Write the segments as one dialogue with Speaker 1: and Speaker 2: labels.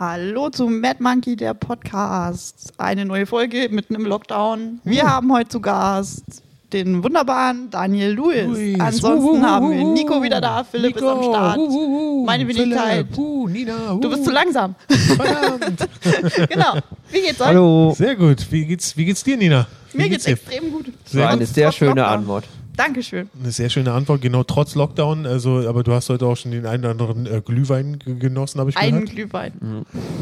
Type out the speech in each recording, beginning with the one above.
Speaker 1: Hallo zum Mad Monkey, der Podcast. Eine neue Folge mitten im Lockdown. Wir haben heute zu Gast den wunderbaren Daniel Lewis.
Speaker 2: Luis.
Speaker 1: Ansonsten
Speaker 2: Wuhu,
Speaker 1: haben wir
Speaker 2: wuhu.
Speaker 1: Nico wieder da, Philipp
Speaker 2: Nico,
Speaker 1: ist am Start.
Speaker 2: hu, hu, hu.
Speaker 1: Meine Wenigkeit.
Speaker 2: Philipp, hu, Nina, hu.
Speaker 1: Du bist zu langsam.
Speaker 2: Verdammt.
Speaker 1: genau. Wie geht's euch?
Speaker 3: Hallo.
Speaker 2: Sehr gut. Wie geht's, wie geht's dir, Nina? Wie
Speaker 1: Mir geht's
Speaker 2: dir?
Speaker 1: extrem gut.
Speaker 3: Das war
Speaker 2: Sehr
Speaker 1: Und
Speaker 2: gut.
Speaker 3: eine sehr
Speaker 1: trotz
Speaker 3: schöne
Speaker 1: Lockdown.
Speaker 3: Antwort.
Speaker 1: Dankeschön.
Speaker 2: Eine sehr schöne Antwort, genau, trotz Lockdown. Also, aber du hast heute auch schon den einen oder anderen äh, Glühwein g- genossen, habe ich
Speaker 1: Einen
Speaker 2: gehört.
Speaker 3: Mhm.
Speaker 1: Glühwein.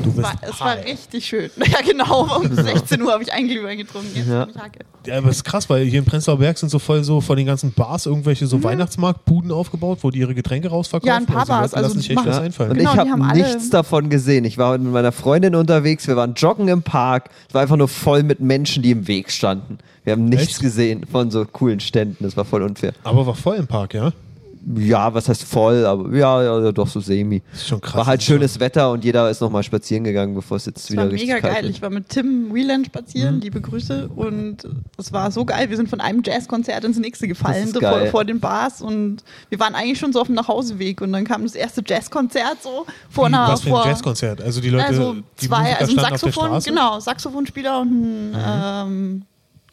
Speaker 2: Du bist
Speaker 1: War, es war
Speaker 2: high.
Speaker 1: richtig schön. Ja, genau. Um 16 Uhr habe ich einen Glühwein getrunken. Jetzt
Speaker 3: Ja.
Speaker 1: bin ich Hacke.
Speaker 2: Ja, aber es ist krass, weil hier in Prenzlauer Berg sind so voll so von den ganzen Bars irgendwelche so Weihnachtsmarktbuden aufgebaut, wo die ihre Getränke rausverkaufen.
Speaker 1: Mhm. Ja, ein paar
Speaker 2: die Leute
Speaker 1: Bars, also
Speaker 2: lassen sich echt
Speaker 1: machen-
Speaker 2: was
Speaker 3: Ja. Und
Speaker 2: einfallen.
Speaker 1: Genau,
Speaker 3: ich
Speaker 1: die
Speaker 3: habe
Speaker 1: haben alle-
Speaker 3: nichts davon gesehen. Ich war mit meiner Freundin unterwegs, wir waren joggen im Park. Es war einfach nur voll mit Menschen, die im Weg standen. Wir haben nichts
Speaker 2: Echt?
Speaker 3: gesehen von so coolen Ständen. Das war voll unfair.
Speaker 2: Aber war voll im Park, ja?
Speaker 3: Ja, was heißt voll, aber ja, ja, ja doch so semi.
Speaker 2: ist schon krass.
Speaker 3: War halt
Speaker 2: Das ist schon-
Speaker 3: schönes Wetter und jeder ist nochmal spazieren gegangen, bevor es jetzt
Speaker 1: Es war
Speaker 3: wieder richtig
Speaker 1: mega
Speaker 3: kalt
Speaker 1: geil.
Speaker 3: wird. Mhm.
Speaker 1: Ich war mit Tim Whelan spazieren, liebe Grüße. Und es war so geil. Wir sind von einem Jazzkonzert ins nächste gefallen,
Speaker 3: ist
Speaker 1: so vor,
Speaker 3: geil.
Speaker 1: vor den Bars. Und wir waren eigentlich schon so auf dem Nachhauseweg. Und dann kam das erste Jazzkonzert so vor einer.
Speaker 2: was für
Speaker 1: vor,
Speaker 2: ein Jazzkonzert. Also die Leute,
Speaker 1: also
Speaker 2: die
Speaker 1: zwei,
Speaker 2: Musiker
Speaker 1: also ein
Speaker 2: standen auf der
Speaker 1: Saxophon,
Speaker 2: Straße. Mhm.
Speaker 1: genau, Saxophonspieler und ein ähm,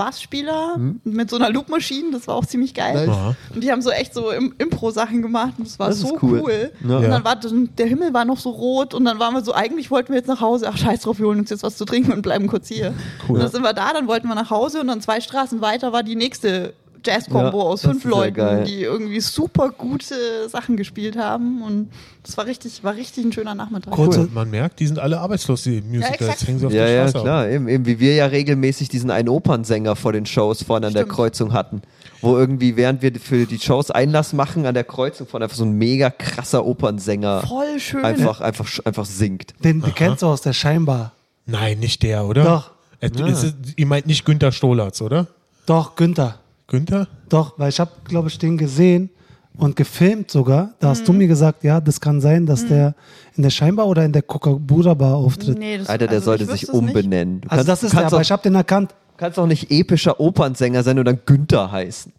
Speaker 1: Bassspieler mit so einer Loopmaschine. Das war auch ziemlich geil.
Speaker 3: Nice.
Speaker 2: Aha.
Speaker 1: Und die haben so echt so Im Impro-Sachen gemacht und das war
Speaker 3: Das ist
Speaker 1: so cool.
Speaker 3: cool. Ja.
Speaker 1: Und
Speaker 2: Ja.
Speaker 1: dann war dann- der Himmel war noch so rot und dann waren wir so, eigentlich wollten wir jetzt nach Hause, ach scheiß drauf, wir holen uns jetzt was zu trinken und bleiben kurz hier.
Speaker 2: Cool.
Speaker 1: Und dann sind wir da, dann wollten wir nach Hause und dann zwei Straßen weiter war die nächste Jazz-Combo
Speaker 3: Ja,
Speaker 1: aus
Speaker 3: das
Speaker 1: fünf
Speaker 3: ist ja
Speaker 1: Leuten,
Speaker 3: geil.
Speaker 1: die irgendwie super gute Sachen gespielt haben und das war richtig, war richtig ein schöner Nachmittag.
Speaker 2: Kurz,
Speaker 3: Cool.
Speaker 2: und man merkt, die sind alle arbeitslos, die Musiker.
Speaker 1: exakt.
Speaker 2: Jetzt hängen sie auf
Speaker 3: Ja,
Speaker 2: der
Speaker 3: ja,
Speaker 2: Straße ab.
Speaker 3: klar. Eben, eben, wie wir ja regelmäßig diesen einen Opernsänger vor den Shows vorne an der
Speaker 1: Stimmt.
Speaker 3: Kreuzung hatten. Wo irgendwie, während wir für die Shows Einlass machen, an der Kreuzung vorne einfach so ein mega krasser Opernsänger
Speaker 1: Voll schön.
Speaker 3: einfach, einfach, sch- einfach singt.
Speaker 4: Den den kennst du aus der Scheinbar.
Speaker 2: Nein, nicht der, oder?
Speaker 4: Doch.
Speaker 2: Äh, es ist, ihr meint nicht Günther Stolatz, oder?
Speaker 4: Doch, Günther.
Speaker 2: Günther?
Speaker 4: Doch, weil ich habe, glaube ich, den gesehen und gefilmt sogar. Da hast du mir gesagt, ja, das kann sein, dass der in der Scheinbar oder in der Coca-Bura Bar auftritt.
Speaker 1: Nee, das-
Speaker 3: Alter, der
Speaker 1: also
Speaker 3: sollte
Speaker 1: ich
Speaker 3: sich
Speaker 1: wüsste es nicht.
Speaker 3: umbenennen. Du
Speaker 4: Also das ist der,
Speaker 3: kannst,
Speaker 4: aber ich
Speaker 3: auch,
Speaker 4: habe den erkannt.
Speaker 3: kannst auch nicht epischer Opernsänger sein und dann Günther heißen.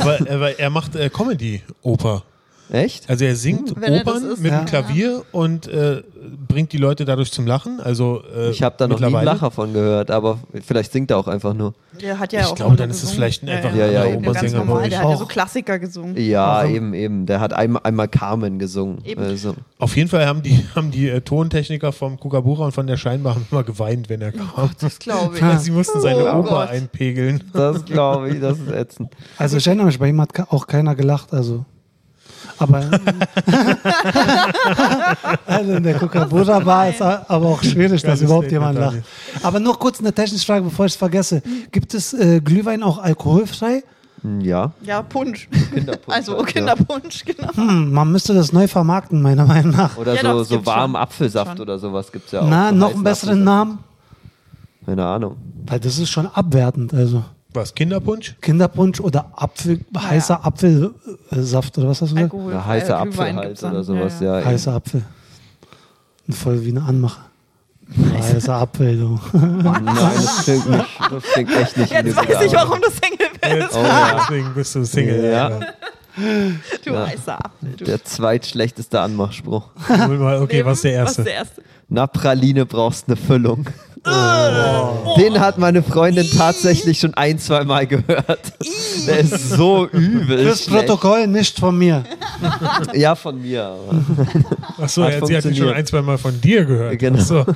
Speaker 2: Aber, aber er macht äh, Comedy-Oper.
Speaker 3: Echt?
Speaker 2: Also er singt
Speaker 1: Wenn er das
Speaker 2: Opern
Speaker 1: ist,
Speaker 2: mit
Speaker 4: ja.
Speaker 2: dem Klavier und äh, bringt die Leute dadurch zum Lachen. Also, äh,
Speaker 3: Ich habe da noch nie einen
Speaker 2: mittlerweile.
Speaker 3: Lacher von gehört, aber vielleicht singt er auch einfach nur.
Speaker 1: Der hat ja
Speaker 2: Ich
Speaker 1: auch
Speaker 2: glaube,
Speaker 1: immer
Speaker 2: dann ist es
Speaker 1: gesungen.
Speaker 2: vielleicht ein einfach
Speaker 3: Ja,
Speaker 1: der
Speaker 3: ja, eben.
Speaker 1: hat ja ganz
Speaker 2: Opernsängerwunsch.
Speaker 1: normal, der hat ja so
Speaker 4: Auch.
Speaker 1: Klassiker gesungen.
Speaker 3: Ja,
Speaker 4: Warum?
Speaker 3: eben, eben. Der hat einmal, einmal Carmen gesungen.
Speaker 1: Eben.
Speaker 3: Also.
Speaker 2: Auf jeden Fall haben die, haben die äh, Tontechniker vom Kugabura und von der Scheinbar haben immer geweint, wenn er kam.
Speaker 1: Das glaube ich.
Speaker 2: Sie mussten seine
Speaker 1: Oh
Speaker 2: Oper
Speaker 1: Gott.
Speaker 2: einpegeln.
Speaker 3: Das glaube ich, das ist ätzend.
Speaker 4: Also ich erinnere mich, bei ihm hat ka- auch keiner gelacht. Also. Aber also in der Coca-Bura Bar ist a- aber auch schwierig, dass
Speaker 2: Geiles
Speaker 4: überhaupt
Speaker 2: Statement,
Speaker 4: jemand lacht. Aber noch kurz eine technische Frage, bevor ich es vergesse. Gibt es äh, Glühwein auch alkoholfrei?
Speaker 3: Hm, Ja.
Speaker 1: Ja, Punsch.
Speaker 3: Kinderpunsch, halt,
Speaker 1: Also
Speaker 3: ja.
Speaker 1: Kinderpunsch, genau.
Speaker 4: Hm, man müsste das neu vermarkten, meiner Meinung nach.
Speaker 3: Oder
Speaker 1: Ja,
Speaker 3: so,
Speaker 1: doch, das
Speaker 3: so
Speaker 1: gibt's schon.
Speaker 3: warmen Apfelsaft
Speaker 1: Schon.
Speaker 3: oder sowas gibt es ja auch.
Speaker 4: Na,
Speaker 3: so
Speaker 4: noch
Speaker 3: heißen
Speaker 4: einen besseren
Speaker 3: Apfelsaft.
Speaker 4: Namen?
Speaker 3: Keine Ahnung.
Speaker 4: Weil das ist schon abwertend. Also
Speaker 2: Was, Kinderpunsch?
Speaker 4: Kinderpunsch oder Apfel, heißer Apfelsaft oder was hast du gesagt?
Speaker 1: Alkohol. äh,
Speaker 3: Oder heißer Apfel
Speaker 1: Glühwein
Speaker 3: halt
Speaker 1: gibt's dann.
Speaker 3: oder sowas, ja. eben.
Speaker 4: Heißer Apfel. Voll wie eine Anmache. Heißer Apfel, du.
Speaker 3: Nein, das klingt nicht. Das klingt echt nicht. wie eine
Speaker 1: Jetzt
Speaker 3: gute
Speaker 1: weiß ich,
Speaker 3: Arbeit.
Speaker 1: warum du Single bist.
Speaker 3: Oh, ja.
Speaker 2: Deswegen bist du Single.
Speaker 3: Ja.
Speaker 2: Alter.
Speaker 1: Du weißer Apfel. Du.
Speaker 3: Der zweitschlechteste Anmachspruch.
Speaker 2: Hol mal, okay, was ist der
Speaker 1: Was
Speaker 2: erste?
Speaker 1: der erste?
Speaker 3: Na, Praline brauchst eine Füllung. Den hat meine Freundin tatsächlich schon ein, zwei Mal gehört. Der ist so übel.
Speaker 4: Fürs
Speaker 3: schlecht.
Speaker 4: Protokoll nicht von mir.
Speaker 3: Ja, von mir. Aber.
Speaker 2: Achso,
Speaker 3: Hat
Speaker 2: hat sie hat mich schon
Speaker 3: funktioniert.
Speaker 2: ein, zwei Mal von dir gehört.
Speaker 3: Genau.
Speaker 2: Achso.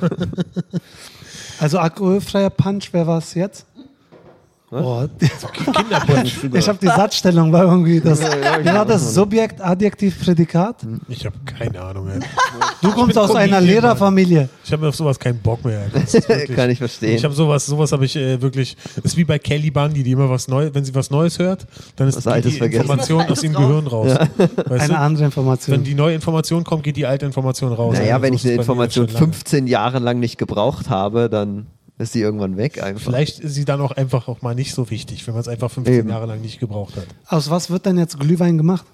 Speaker 4: Also alkoholfreier Punch, wer war es jetzt? Oh,
Speaker 2: Kinderpunsch.
Speaker 4: ich habe die Satzstellung, war irgendwie das.
Speaker 3: Ja, ja,
Speaker 4: Wie
Speaker 3: genau.
Speaker 4: war das? Subjekt, Adjektiv, Prädikat?
Speaker 3: Hm.
Speaker 2: Ich habe keine Ahnung. Ey.
Speaker 4: Du kommst
Speaker 2: bin
Speaker 4: aus einer
Speaker 2: Comedian,
Speaker 4: Lehrerfamilie.
Speaker 2: Ich habe auf sowas keinen Bock mehr. Alter. Das ist wirklich-
Speaker 3: Kann ich verstehen.
Speaker 2: Ich habe sowas, sowas habe ich äh, wirklich. Ist wie bei Kelly Bundy, die immer was Neues, wenn sie was Neues hört, dann ist
Speaker 3: Was
Speaker 2: geht
Speaker 3: Altes
Speaker 2: die
Speaker 3: vergessen.
Speaker 2: Information
Speaker 1: Was
Speaker 2: aus dem
Speaker 1: Altes
Speaker 2: Gehirn raus. Weißt
Speaker 4: Eine
Speaker 2: du?
Speaker 4: andere
Speaker 2: Wenn
Speaker 4: Information.
Speaker 2: die neue Information kommt, geht die alte Information raus.
Speaker 3: Naja,
Speaker 2: Also
Speaker 3: wenn
Speaker 2: so
Speaker 3: ich
Speaker 2: ist
Speaker 3: eine
Speaker 2: es bei mir
Speaker 3: Information
Speaker 2: schon lange.
Speaker 3: 15 Jahre lang nicht gebraucht habe, dann ist sie irgendwann weg einfach.
Speaker 2: Vielleicht ist sie dann auch einfach auch mal nicht so wichtig, wenn man es einfach 15
Speaker 3: Eben.
Speaker 2: Jahre lang nicht gebraucht hat.
Speaker 4: Aus was wird denn jetzt Glühwein gemacht?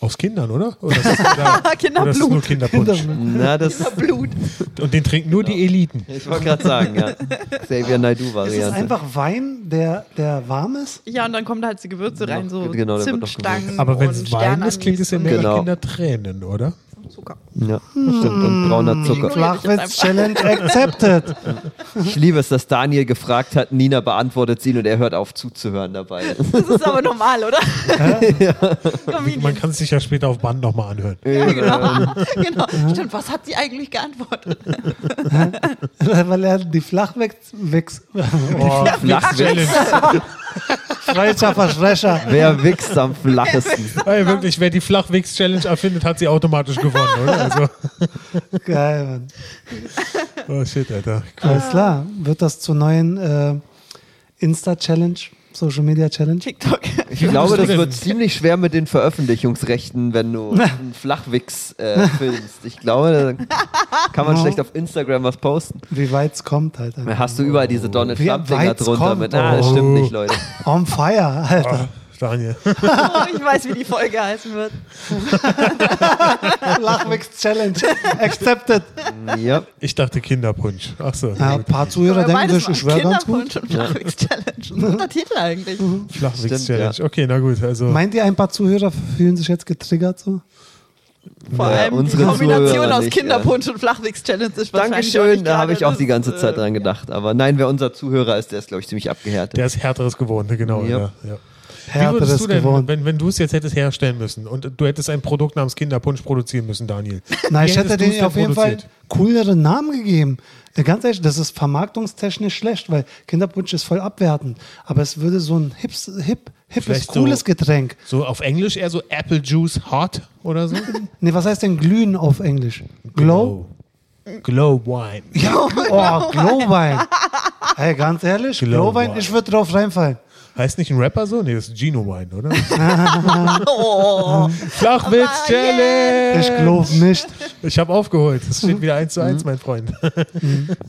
Speaker 2: Aus Kindern, oder? Oder ist das, oder, oder ist das
Speaker 1: Kinderblut.
Speaker 2: nur Kinderpunsch?
Speaker 3: Na, das
Speaker 1: Blut.
Speaker 2: Und den trinken nur
Speaker 4: Genau.
Speaker 2: die Eliten.
Speaker 3: Ich wollte gerade sagen, ja. Xavier
Speaker 4: Es ist
Speaker 3: Naidu-Variante.
Speaker 4: einfach Wein, der, der warm ist.
Speaker 1: Ja, und dann kommen da halt die Gewürze rein, so
Speaker 3: genau, da wird noch
Speaker 1: Zimtstangen.
Speaker 2: Aber wenn
Speaker 1: und
Speaker 2: es Wein ist, klingt es ja
Speaker 1: Sternanis
Speaker 2: mehr nach
Speaker 3: Genau.
Speaker 2: Kindertränen, oder?
Speaker 1: und Zucker.
Speaker 3: Ja, das stimmt. Und brauner Zucker.
Speaker 4: Hm. Flachwitz Challenge accepted.
Speaker 3: Ich liebe es, dass Daniel gefragt hat, Nina beantwortet sie und er hört auf zuzuhören dabei.
Speaker 1: Das ist aber normal, oder?
Speaker 4: Genau.
Speaker 1: Comedian.
Speaker 2: Man kann es sich ja später auf Band nochmal anhören.
Speaker 3: Äh,
Speaker 1: Ja, genau. genau. Stimmt, was hat sie eigentlich geantwortet?
Speaker 4: Weil er die Flachwitz. Wix- Oh,
Speaker 3: Flachwitz.
Speaker 4: Freischaffer Schrescher.
Speaker 3: Wer wächst am flachesten?
Speaker 2: Ey, wirklich, wer die Flachwegs-Challenge erfindet, hat sie automatisch gewonnen, oder? Also,
Speaker 4: Geil, Mann.
Speaker 2: oh shit, Alter.
Speaker 4: Alles klar. Wird das zur neuen äh, Insta-Challenge, Social Media Challenge?
Speaker 1: TikTok.
Speaker 3: Ich glaube, das wird ziemlich schwer mit den Veröffentlichungsrechten, wenn du einen Flachwix äh, filmst. Ich glaube, da kann man schlecht auf Instagram was posten.
Speaker 4: Wie weit's kommt halt.
Speaker 3: Da
Speaker 4: einfach.
Speaker 3: hast du überall diese Donald
Speaker 4: Wie
Speaker 3: Trump-Dinger
Speaker 4: weit's
Speaker 3: drunter
Speaker 4: kommt.
Speaker 3: mit. Ah, das
Speaker 4: Oh.
Speaker 3: stimmt nicht, Leute.
Speaker 4: On fire, Alter.
Speaker 2: Ah, Daniel.
Speaker 1: Oh, ich weiß, wie die Folge heißen wird.
Speaker 4: Lachwix Challenge accepted.
Speaker 3: Ja.
Speaker 2: Ich dachte Kinderpunsch. Ach so.
Speaker 4: Ja, ein paar Zuhörer denken
Speaker 1: Beides
Speaker 4: sich,
Speaker 1: mal.
Speaker 4: ich wäre ganz gut. Mhm.
Speaker 1: Kinderpunsch und Flachwitz-Challenge. Guter Titel eigentlich.
Speaker 2: Flachwegs-Challenge.
Speaker 3: Stimmt, ja.
Speaker 2: Okay, na gut. Also,
Speaker 4: Meint ihr, ein paar Zuhörer fühlen sich jetzt getriggert so?
Speaker 1: Vor
Speaker 3: Ja,
Speaker 1: allem die
Speaker 3: unsere
Speaker 1: Kombination
Speaker 3: Zuhörer
Speaker 1: aus
Speaker 3: nicht,
Speaker 1: Kinderpunsch und Flachwitz-Challenge ist wahrscheinlich auch
Speaker 3: Dankeschön,
Speaker 1: nicht
Speaker 3: da habe
Speaker 1: gerade
Speaker 3: ich auch
Speaker 1: das,
Speaker 3: die
Speaker 1: äh,
Speaker 3: ganze Zeit dran gedacht. Aber nein, wer unser Zuhörer ist, der ist, glaube ich, ziemlich abgehärtet.
Speaker 2: der ist härteres gewohnt, genau.
Speaker 3: Ja.
Speaker 2: Ja, ja. Wie würdest
Speaker 4: Härteres
Speaker 2: du denn,
Speaker 4: gewohnt.
Speaker 2: wenn, wenn du es jetzt hättest herstellen müssen und du hättest ein Produkt namens Kinderpunsch produzieren müssen, Daniel?
Speaker 4: Na,
Speaker 2: Wie
Speaker 4: ich hätte
Speaker 2: hättest du's
Speaker 4: denen
Speaker 2: denn
Speaker 4: auf jeden Fall
Speaker 2: produziert?
Speaker 4: cooleren Namen gegeben. Äh, Ganz ehrlich, das ist vermarktungstechnisch schlecht, weil Kinderpunsch ist voll abwertend. Aber es würde so ein hips, hip, hippes,
Speaker 2: Vielleicht so-
Speaker 4: cooles Getränk.
Speaker 2: So auf Englisch eher so Apple Juice Hot oder so?
Speaker 4: Nee, was heißt denn glühen auf Englisch? Glow?
Speaker 2: Glow Wine.
Speaker 4: Oh, Glowwein. Ey, ganz ehrlich,
Speaker 2: Glowwein.
Speaker 4: Glowwein, ich würde drauf reinfallen.
Speaker 2: Heißt nicht ein Rapper so? Nee, das ist Gino Wine, oder?
Speaker 1: Oh,
Speaker 2: Flachwitz Challenge!
Speaker 4: Ich
Speaker 3: Äh.
Speaker 4: glaube nicht.
Speaker 2: Ich habe aufgeholt. Es steht wieder 1 zu 1, mein Freund.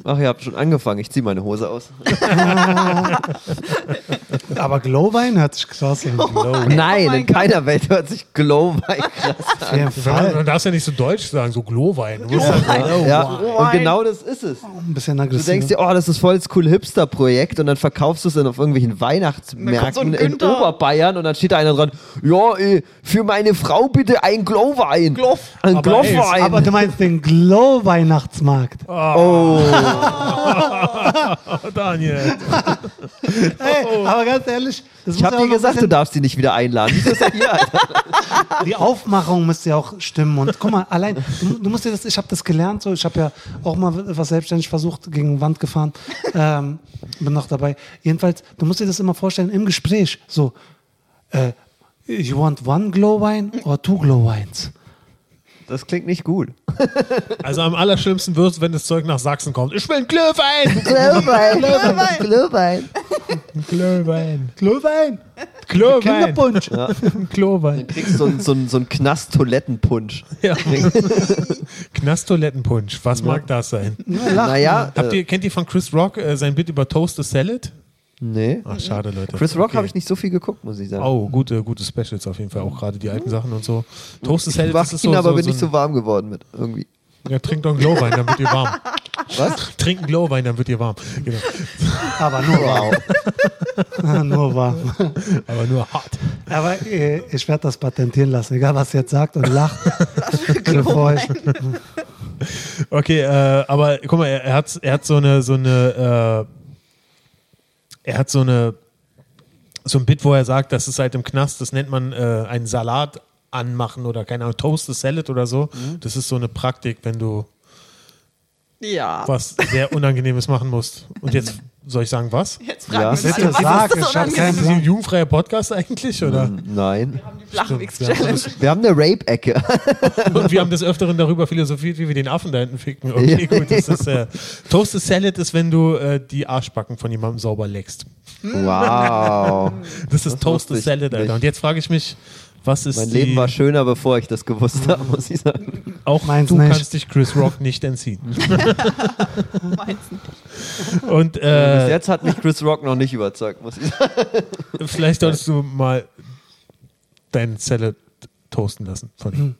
Speaker 3: Ach, ihr habt schon angefangen. Ich ziehe meine Hose aus.
Speaker 4: Aber Glowwein hört sich krass an. Auf
Speaker 3: Nein,
Speaker 1: Oh mein
Speaker 3: in keiner Welt hört sich Glowwein krass an.
Speaker 4: jeden Fall.
Speaker 2: Man darfst ja nicht so deutsch sagen, so Glowwein. Du musst sagen, Glow
Speaker 3: Ja,
Speaker 2: Wine.
Speaker 3: und genau das ist es.
Speaker 4: Ein bisschen
Speaker 3: Du denkst
Speaker 4: aggressiv.
Speaker 3: dir, oh, das ist voll das coole Hipster-Projekt und dann verkaufst du es dann auf
Speaker 1: Dann
Speaker 3: irgendwelchen
Speaker 1: kommt so ein
Speaker 3: Weihnachtsmärkten in
Speaker 1: Günther.
Speaker 3: Oberbayern und dann steht da einer dran, ja, ey, für meine Frau bitte ein Glowwein.
Speaker 1: Gloff.
Speaker 3: oh, Ein
Speaker 2: Aber ey,
Speaker 4: Aber
Speaker 3: Glowwein.
Speaker 4: du meinst den Glow-Weihnachtsmarkt.
Speaker 2: Oh. Daniel.
Speaker 4: Ey, aber ganz ehrlich, das
Speaker 3: Ich hab
Speaker 4: muss
Speaker 3: dir
Speaker 4: ja auch noch ein
Speaker 3: gesagt, du darfst die nicht wieder einladen. Wieso ist er hier? Alter?
Speaker 4: Die Aufmachung müsste ja auch stimmen. Und guck mal, allein, du, du musst dir das, ich habe das gelernt, so ich habe ja auch mal was selbstständig versucht, gegen Wand gefahren, ähm, bin noch dabei. Jedenfalls, du musst dir das immer vorstellen im Gespräch, so, äh, you want one glow wine or two glow wines?
Speaker 3: Das klingt nicht gut.
Speaker 2: Also am allerschlimmsten wirst du, wenn das Zeug nach Sachsen kommt. Ich will ein Glühwein!
Speaker 3: Glowwein. Glowwein.
Speaker 2: Glühwein.
Speaker 4: Glow wine,
Speaker 2: Glühwein.
Speaker 4: Kinderpunsch.
Speaker 2: Glühwein.
Speaker 3: Dann kriegst du so einen so einen- so einen Knast-Toilettenpunsch.
Speaker 2: Ja. Knast-Toilettenpunsch. Was mag das sein?
Speaker 3: Naja,
Speaker 2: Habt
Speaker 3: äh,
Speaker 2: ihr, kennt ihr von Chris Rock äh, sein Bit über Toast a Salad?
Speaker 3: nee.
Speaker 2: Ach, schade, Leute.
Speaker 3: Chris Rock
Speaker 2: Okay.
Speaker 3: habe ich nicht so viel geguckt, muss ich sagen.
Speaker 2: Oh, gute, gute Specials auf jeden Fall. Auch gerade die alten Sachen und so. Toast a
Speaker 3: Mhm. Ich
Speaker 2: Salad
Speaker 3: mag
Speaker 2: das
Speaker 3: ihn,
Speaker 2: ist so,
Speaker 3: aber
Speaker 2: so,
Speaker 3: bin
Speaker 2: so
Speaker 3: nicht so
Speaker 2: ein,
Speaker 3: warm geworden mit irgendwie.
Speaker 2: ja, Trinkt doch einen Glowwein, dann wird ihr warm.
Speaker 3: Was?
Speaker 2: Trinkt einen Glowwein, dann wird ihr warm. Genau.
Speaker 4: Aber nur warm. nur warm.
Speaker 2: Aber nur hart.
Speaker 4: Aber äh, ich werde das patentieren lassen, egal was ihr jetzt sagt und lacht. Bevor ich,
Speaker 2: Okay, äh, aber guck mal, er, er, hat, er hat so eine, so eine, äh, er hat so eine, so ein Bit, wo er sagt, das ist halt im Knast, das nennt man äh, einen Salat anmachen oder keine Ahnung, Toasted Salad oder so.
Speaker 3: Mhm.
Speaker 2: Das ist so eine Praktik, wenn du
Speaker 1: ja.
Speaker 2: was sehr Unangenehmes machen musst. Und jetzt soll ich sagen, was?
Speaker 1: Jetzt
Speaker 3: Ja.
Speaker 1: fragen wir uns
Speaker 4: Bitte
Speaker 1: alle, was
Speaker 4: sag,
Speaker 1: ist das
Speaker 4: ich hab keinen
Speaker 2: Ist
Speaker 1: unangenehm?
Speaker 2: das ein jugendfreier Podcast eigentlich? Oder?
Speaker 3: Nein.
Speaker 1: Flachwitz-Challenge.
Speaker 3: Wir haben eine Rape-Ecke.
Speaker 2: Und wir haben des Öfteren darüber philosophiert, wie wir den Affen da hinten ficken. Okay,
Speaker 3: Ja.
Speaker 2: gut. Das ist, äh, Toasted Salad ist, wenn du äh, die Arschbacken von jemandem sauber leckst.
Speaker 3: Wow.
Speaker 2: Das ist
Speaker 3: wusste
Speaker 2: Toasted
Speaker 3: ich
Speaker 2: Salad, Alter.
Speaker 3: nicht.
Speaker 2: Und jetzt frage ich mich, was ist
Speaker 3: Mein
Speaker 2: die,
Speaker 3: Leben war schöner, bevor ich das gewusst habe, muss ich sagen.
Speaker 2: auch
Speaker 4: Meins
Speaker 2: du
Speaker 4: nicht.
Speaker 2: kannst dich Chris Rock nicht entziehen.
Speaker 1: Meinst nicht.
Speaker 2: Und
Speaker 3: Bis
Speaker 2: äh,
Speaker 3: jetzt hat mich Chris Rock noch nicht überzeugt, muss ich sagen.
Speaker 2: vielleicht solltest du mal deinen Salad toasten lassen von
Speaker 3: Hm.
Speaker 2: ihm.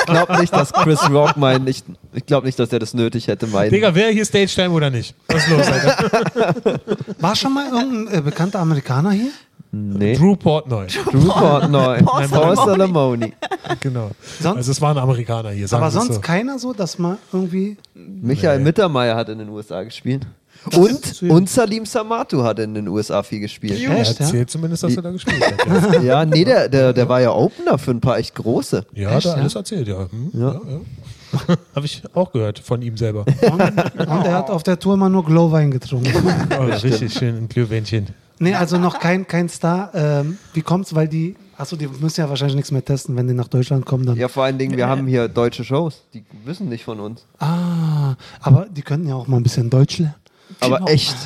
Speaker 3: Ich glaube nicht, dass Chris Rock meinen. Ich, ich glaube nicht, dass er das nötig hätte, meinen.
Speaker 2: Digga, wäre hier Stage Time oder nicht? Was ist los, Alter?
Speaker 4: war schon mal irgendein äh, bekannter Amerikaner hier?
Speaker 3: Nee.
Speaker 2: Drew Portnoy.
Speaker 3: Drew Portnoy.
Speaker 1: Paul
Speaker 3: Paul
Speaker 1: Salamone.
Speaker 3: Salamoni.
Speaker 2: genau.
Speaker 4: Sonst-
Speaker 2: Also es waren Amerikaner hier. Sagen
Speaker 4: Aber
Speaker 2: wir's
Speaker 4: sonst
Speaker 2: so.
Speaker 4: keiner so, dass man irgendwie.
Speaker 3: Michael
Speaker 2: Nee.
Speaker 3: Mittermeier hat in den USA gespielt.
Speaker 4: ist
Speaker 3: Und,
Speaker 4: süß.
Speaker 3: und Salim Samatu hat in den USA viel gespielt.
Speaker 2: Er
Speaker 4: Echt, ja?
Speaker 2: erzählt zumindest, dass er da gespielt hat. Ja,
Speaker 3: Ja, nee, der, der, der war ja Opener für ein paar echt große.
Speaker 2: ja hat
Speaker 4: Echt,
Speaker 2: er
Speaker 4: ja?
Speaker 2: alles erzählt, ja. Hm,
Speaker 3: Ja.
Speaker 2: ja. ja, Habe ich auch gehört von ihm selber.
Speaker 4: Und, und er hat auf der Tour immer nur Glowwein getrunken.
Speaker 2: Oh, richtig schön ein Glühwähnchen.
Speaker 4: Nee, also noch kein, kein Star. Ähm, wie kommt's? Weil die. Achso, die müssen ja wahrscheinlich nichts mehr testen, wenn die nach Deutschland kommen. Dann.
Speaker 3: Ja, vor allen Dingen, wir haben hier deutsche Shows. Die wissen nicht von uns.
Speaker 4: Ah, aber die könnten ja auch mal ein bisschen Deutsch lernen.
Speaker 3: Aber echt,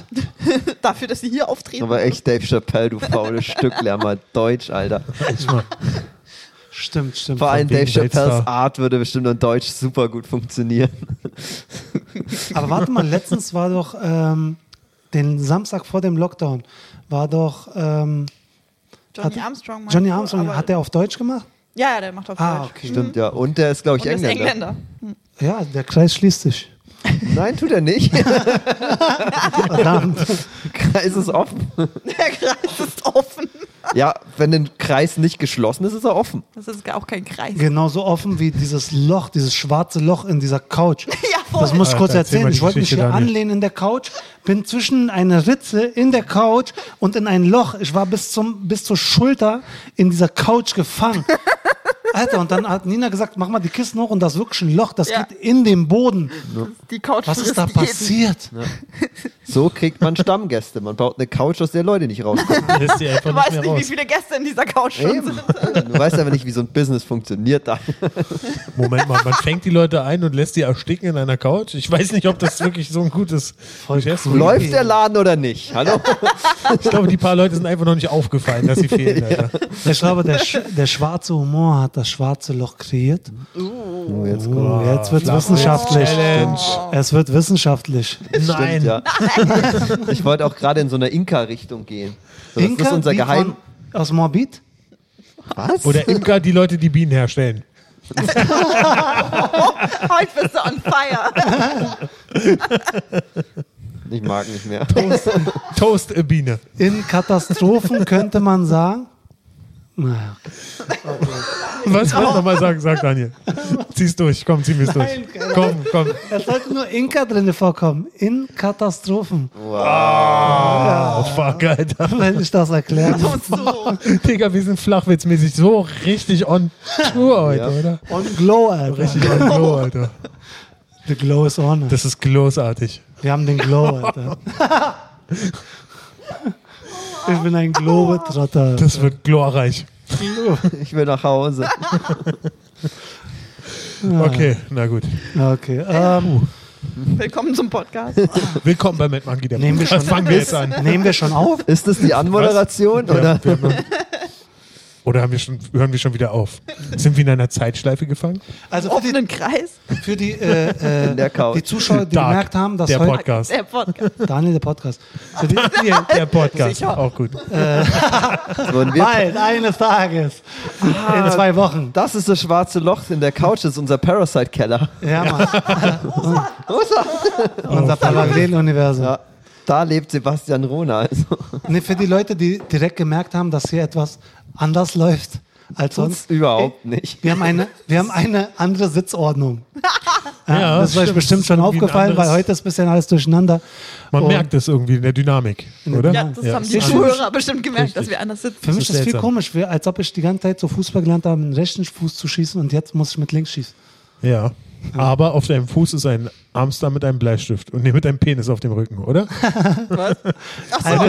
Speaker 1: Dafür, dass sie hier auftreten.
Speaker 3: aber echt, Dave Chappelle, du faules Stück, lern mal Deutsch, Alter.
Speaker 2: Ich mal.
Speaker 4: Stimmt, stimmt.
Speaker 3: Vor allem
Speaker 2: Von
Speaker 3: Dave
Speaker 2: wegen
Speaker 3: Chappelles
Speaker 2: Weltstar.
Speaker 3: Art würde bestimmt in Deutsch super gut funktionieren.
Speaker 1: Mhm.
Speaker 4: Aber warte mal, letztens war doch ähm, den Samstag vor dem Lockdown war doch ähm,
Speaker 1: Johnny
Speaker 4: hat-
Speaker 1: Armstrong. macht-
Speaker 4: Johnny Armstrong.
Speaker 1: aber-
Speaker 4: Hat der auf Deutsch gemacht?
Speaker 1: Ja, ja, der macht auf
Speaker 4: Ah,
Speaker 1: Deutsch.
Speaker 4: okay.
Speaker 3: Stimmt, ja. Und der ist, glaube ich,
Speaker 1: Und der ist
Speaker 3: Engländer.
Speaker 1: Engländer.
Speaker 4: Ja, der Kreis schließt sich.
Speaker 3: Nein, tut er nicht.
Speaker 4: Verdammt.
Speaker 3: Kreis ist offen.
Speaker 1: Der Kreis ist offen.
Speaker 3: Ja, wenn ein Kreis nicht geschlossen ist, ist er offen.
Speaker 1: Das ist gar auch kein Kreis.
Speaker 4: Genauso offen wie dieses Loch, dieses schwarze Loch in dieser Couch.
Speaker 1: Ja, voll.
Speaker 4: Das muss ich
Speaker 2: Alter,
Speaker 4: kurz
Speaker 2: erzähl mal
Speaker 4: erzählen.
Speaker 2: die
Speaker 4: Ich wollte mich
Speaker 2: Geschichte,
Speaker 4: hier
Speaker 2: Daniel.
Speaker 4: anlehnen in der Couch, bin zwischen eine Ritze in der Couch und in ein Loch. Ich war bis, zum, bis zur Schulter in dieser Couch gefangen. Alter, und dann hat Nina gesagt, mach mal die Kissen hoch und das ist wirklich ein Loch, das
Speaker 1: Ja.
Speaker 4: geht in den Boden.
Speaker 1: Die Couch
Speaker 4: Was ist
Speaker 1: frisst
Speaker 4: da
Speaker 1: jeden.
Speaker 4: passiert?
Speaker 3: So kriegt man Stammgäste. Man baut eine Couch, aus der Leute nicht rauskommen.
Speaker 2: Dann Ist die einfach
Speaker 1: Du
Speaker 2: nicht
Speaker 1: weißt
Speaker 2: mehr
Speaker 1: nicht, wie
Speaker 2: raus.
Speaker 1: viele Gäste in dieser Couch schon
Speaker 3: Eben.
Speaker 1: sind.
Speaker 3: Du weißt aber nicht, wie so ein Business funktioniert da.
Speaker 2: Moment mal, man fängt die Leute ein und lässt die ersticken in einer Couch. Ich weiß nicht, ob das wirklich so ein gutes
Speaker 4: Voll
Speaker 2: Geschäft
Speaker 4: cool.
Speaker 2: ist.
Speaker 3: Läuft der Laden oder nicht? Hallo?
Speaker 2: Ich glaube, die paar Leute sind einfach noch nicht aufgefallen, dass sie fehlen. Alter.
Speaker 4: Ich glaube, der, Sch der schwarze Humor hat das schwarze Loch kreiert.
Speaker 3: Oh, jetzt kommt-
Speaker 4: Oh, jetzt wird es
Speaker 2: Flach-
Speaker 4: wissenschaftlich.
Speaker 2: Challenge.
Speaker 4: Es wird wissenschaftlich.
Speaker 2: Nein.
Speaker 3: Stimmt, ja. Ich wollte auch gerade in so einer Inka-Richtung gehen. So, das ist
Speaker 4: Inka,
Speaker 3: unser
Speaker 4: die
Speaker 3: Geheim.
Speaker 4: von- Aus Morbid?
Speaker 3: Was?
Speaker 2: Oder Imker, die Leute, die Bienen herstellen.
Speaker 1: Heute bist du on fire.
Speaker 3: Ich mag nicht mehr.
Speaker 2: Toast äh, Biene.
Speaker 4: In Katastrophen könnte man sagen. Na,
Speaker 2: Was wollt ihr nochmal sagen? Sag Daniel. Zieh's durch. Komm, zieh mir's
Speaker 4: Nein,
Speaker 2: durch. Komm, komm.
Speaker 4: Es sollte nur Inka drin vorkommen. In Katastrophen.
Speaker 2: Oh, fuck, Alter.
Speaker 4: Wenn ich das erkläre.
Speaker 1: Und so.
Speaker 2: Digga, wir sind flachwitzmäßig so richtig on Tour heute,
Speaker 3: Ja.
Speaker 2: oder?
Speaker 4: Und Glow, Alter.
Speaker 2: Richtig on Glow, Alter.
Speaker 4: The Glow is on.
Speaker 2: Das ist großartig.
Speaker 4: Wir haben den Glow, Alter. Ich bin ein Globetrotter.
Speaker 2: Das wird glorreich.
Speaker 3: Ich will nach Hause.
Speaker 2: Okay, na gut.
Speaker 4: Okay. Ähm,
Speaker 1: Willkommen zum Podcast.
Speaker 2: Willkommen bei Mad Monkey. Der
Speaker 4: nehmen, wir schon,
Speaker 2: Podcast. Fangen wir jetzt an.
Speaker 4: nehmen wir schon auf?
Speaker 3: Ist das die Anmoderation? Oder?
Speaker 2: Ja, wir haben- oder haben wir schon, hören wir schon wieder auf? Sind wir in einer Zeitschleife gefangen?
Speaker 4: Also für die,
Speaker 1: Offenen Kreis.
Speaker 4: für die, äh,
Speaker 3: In der
Speaker 4: äh,
Speaker 3: Couch.
Speaker 4: die Zuschauer, die
Speaker 2: Dark,
Speaker 4: gemerkt haben, dass
Speaker 2: der
Speaker 4: heute
Speaker 2: Podcast.
Speaker 1: Der Podcast.
Speaker 4: Daniel der Podcast. Für die,
Speaker 2: Der, der Podcast.
Speaker 1: Sicher.
Speaker 2: Auch gut.
Speaker 3: Das wurden wir
Speaker 4: bald, eines Tages. in zwei Wochen.
Speaker 3: Das ist das schwarze Loch in der Couch, das ist unser Parasite-Keller.
Speaker 4: Ja, Mann. Unser Paralleluniversum.
Speaker 3: Ja, da lebt Sebastian Rona. Also.
Speaker 4: Nee, für die Leute, die direkt gemerkt haben, dass hier etwas anders läuft als sonst.
Speaker 3: Sonst überhaupt nicht.
Speaker 4: Wir haben eine, wir haben eine andere Sitzordnung. Ja,
Speaker 2: Ja,
Speaker 4: das
Speaker 2: das
Speaker 4: ist euch
Speaker 2: stimmt.
Speaker 4: bestimmt schon
Speaker 2: Irgendwie ein
Speaker 4: aufgefallen, weil
Speaker 2: anderes-
Speaker 4: heute ist ein bisschen alles durcheinander.
Speaker 2: Man
Speaker 4: Und
Speaker 2: merkt es irgendwie in der Dynamik, oder?
Speaker 1: Ja, das haben die
Speaker 2: ist
Speaker 1: Zuhörer bestimmt gemerkt, dass wir anders sitzen.
Speaker 4: Für mich
Speaker 2: ist
Speaker 4: ist es viel
Speaker 2: seltsam.
Speaker 4: komisch, wie- als ob ich die ganze Zeit so Fußball gelernt habe, mit dem rechten Fuß zu schießen und jetzt muss ich mit links schießen.
Speaker 2: Ja. Aber auf deinem Fuß ist ein Amster mit einem Bleistift und nee, mit einem Penis auf dem Rücken, oder?
Speaker 1: Ach so,
Speaker 4: Also, das ist-
Speaker 1: ah, ja,
Speaker 3: das
Speaker 1: ja,
Speaker 3: war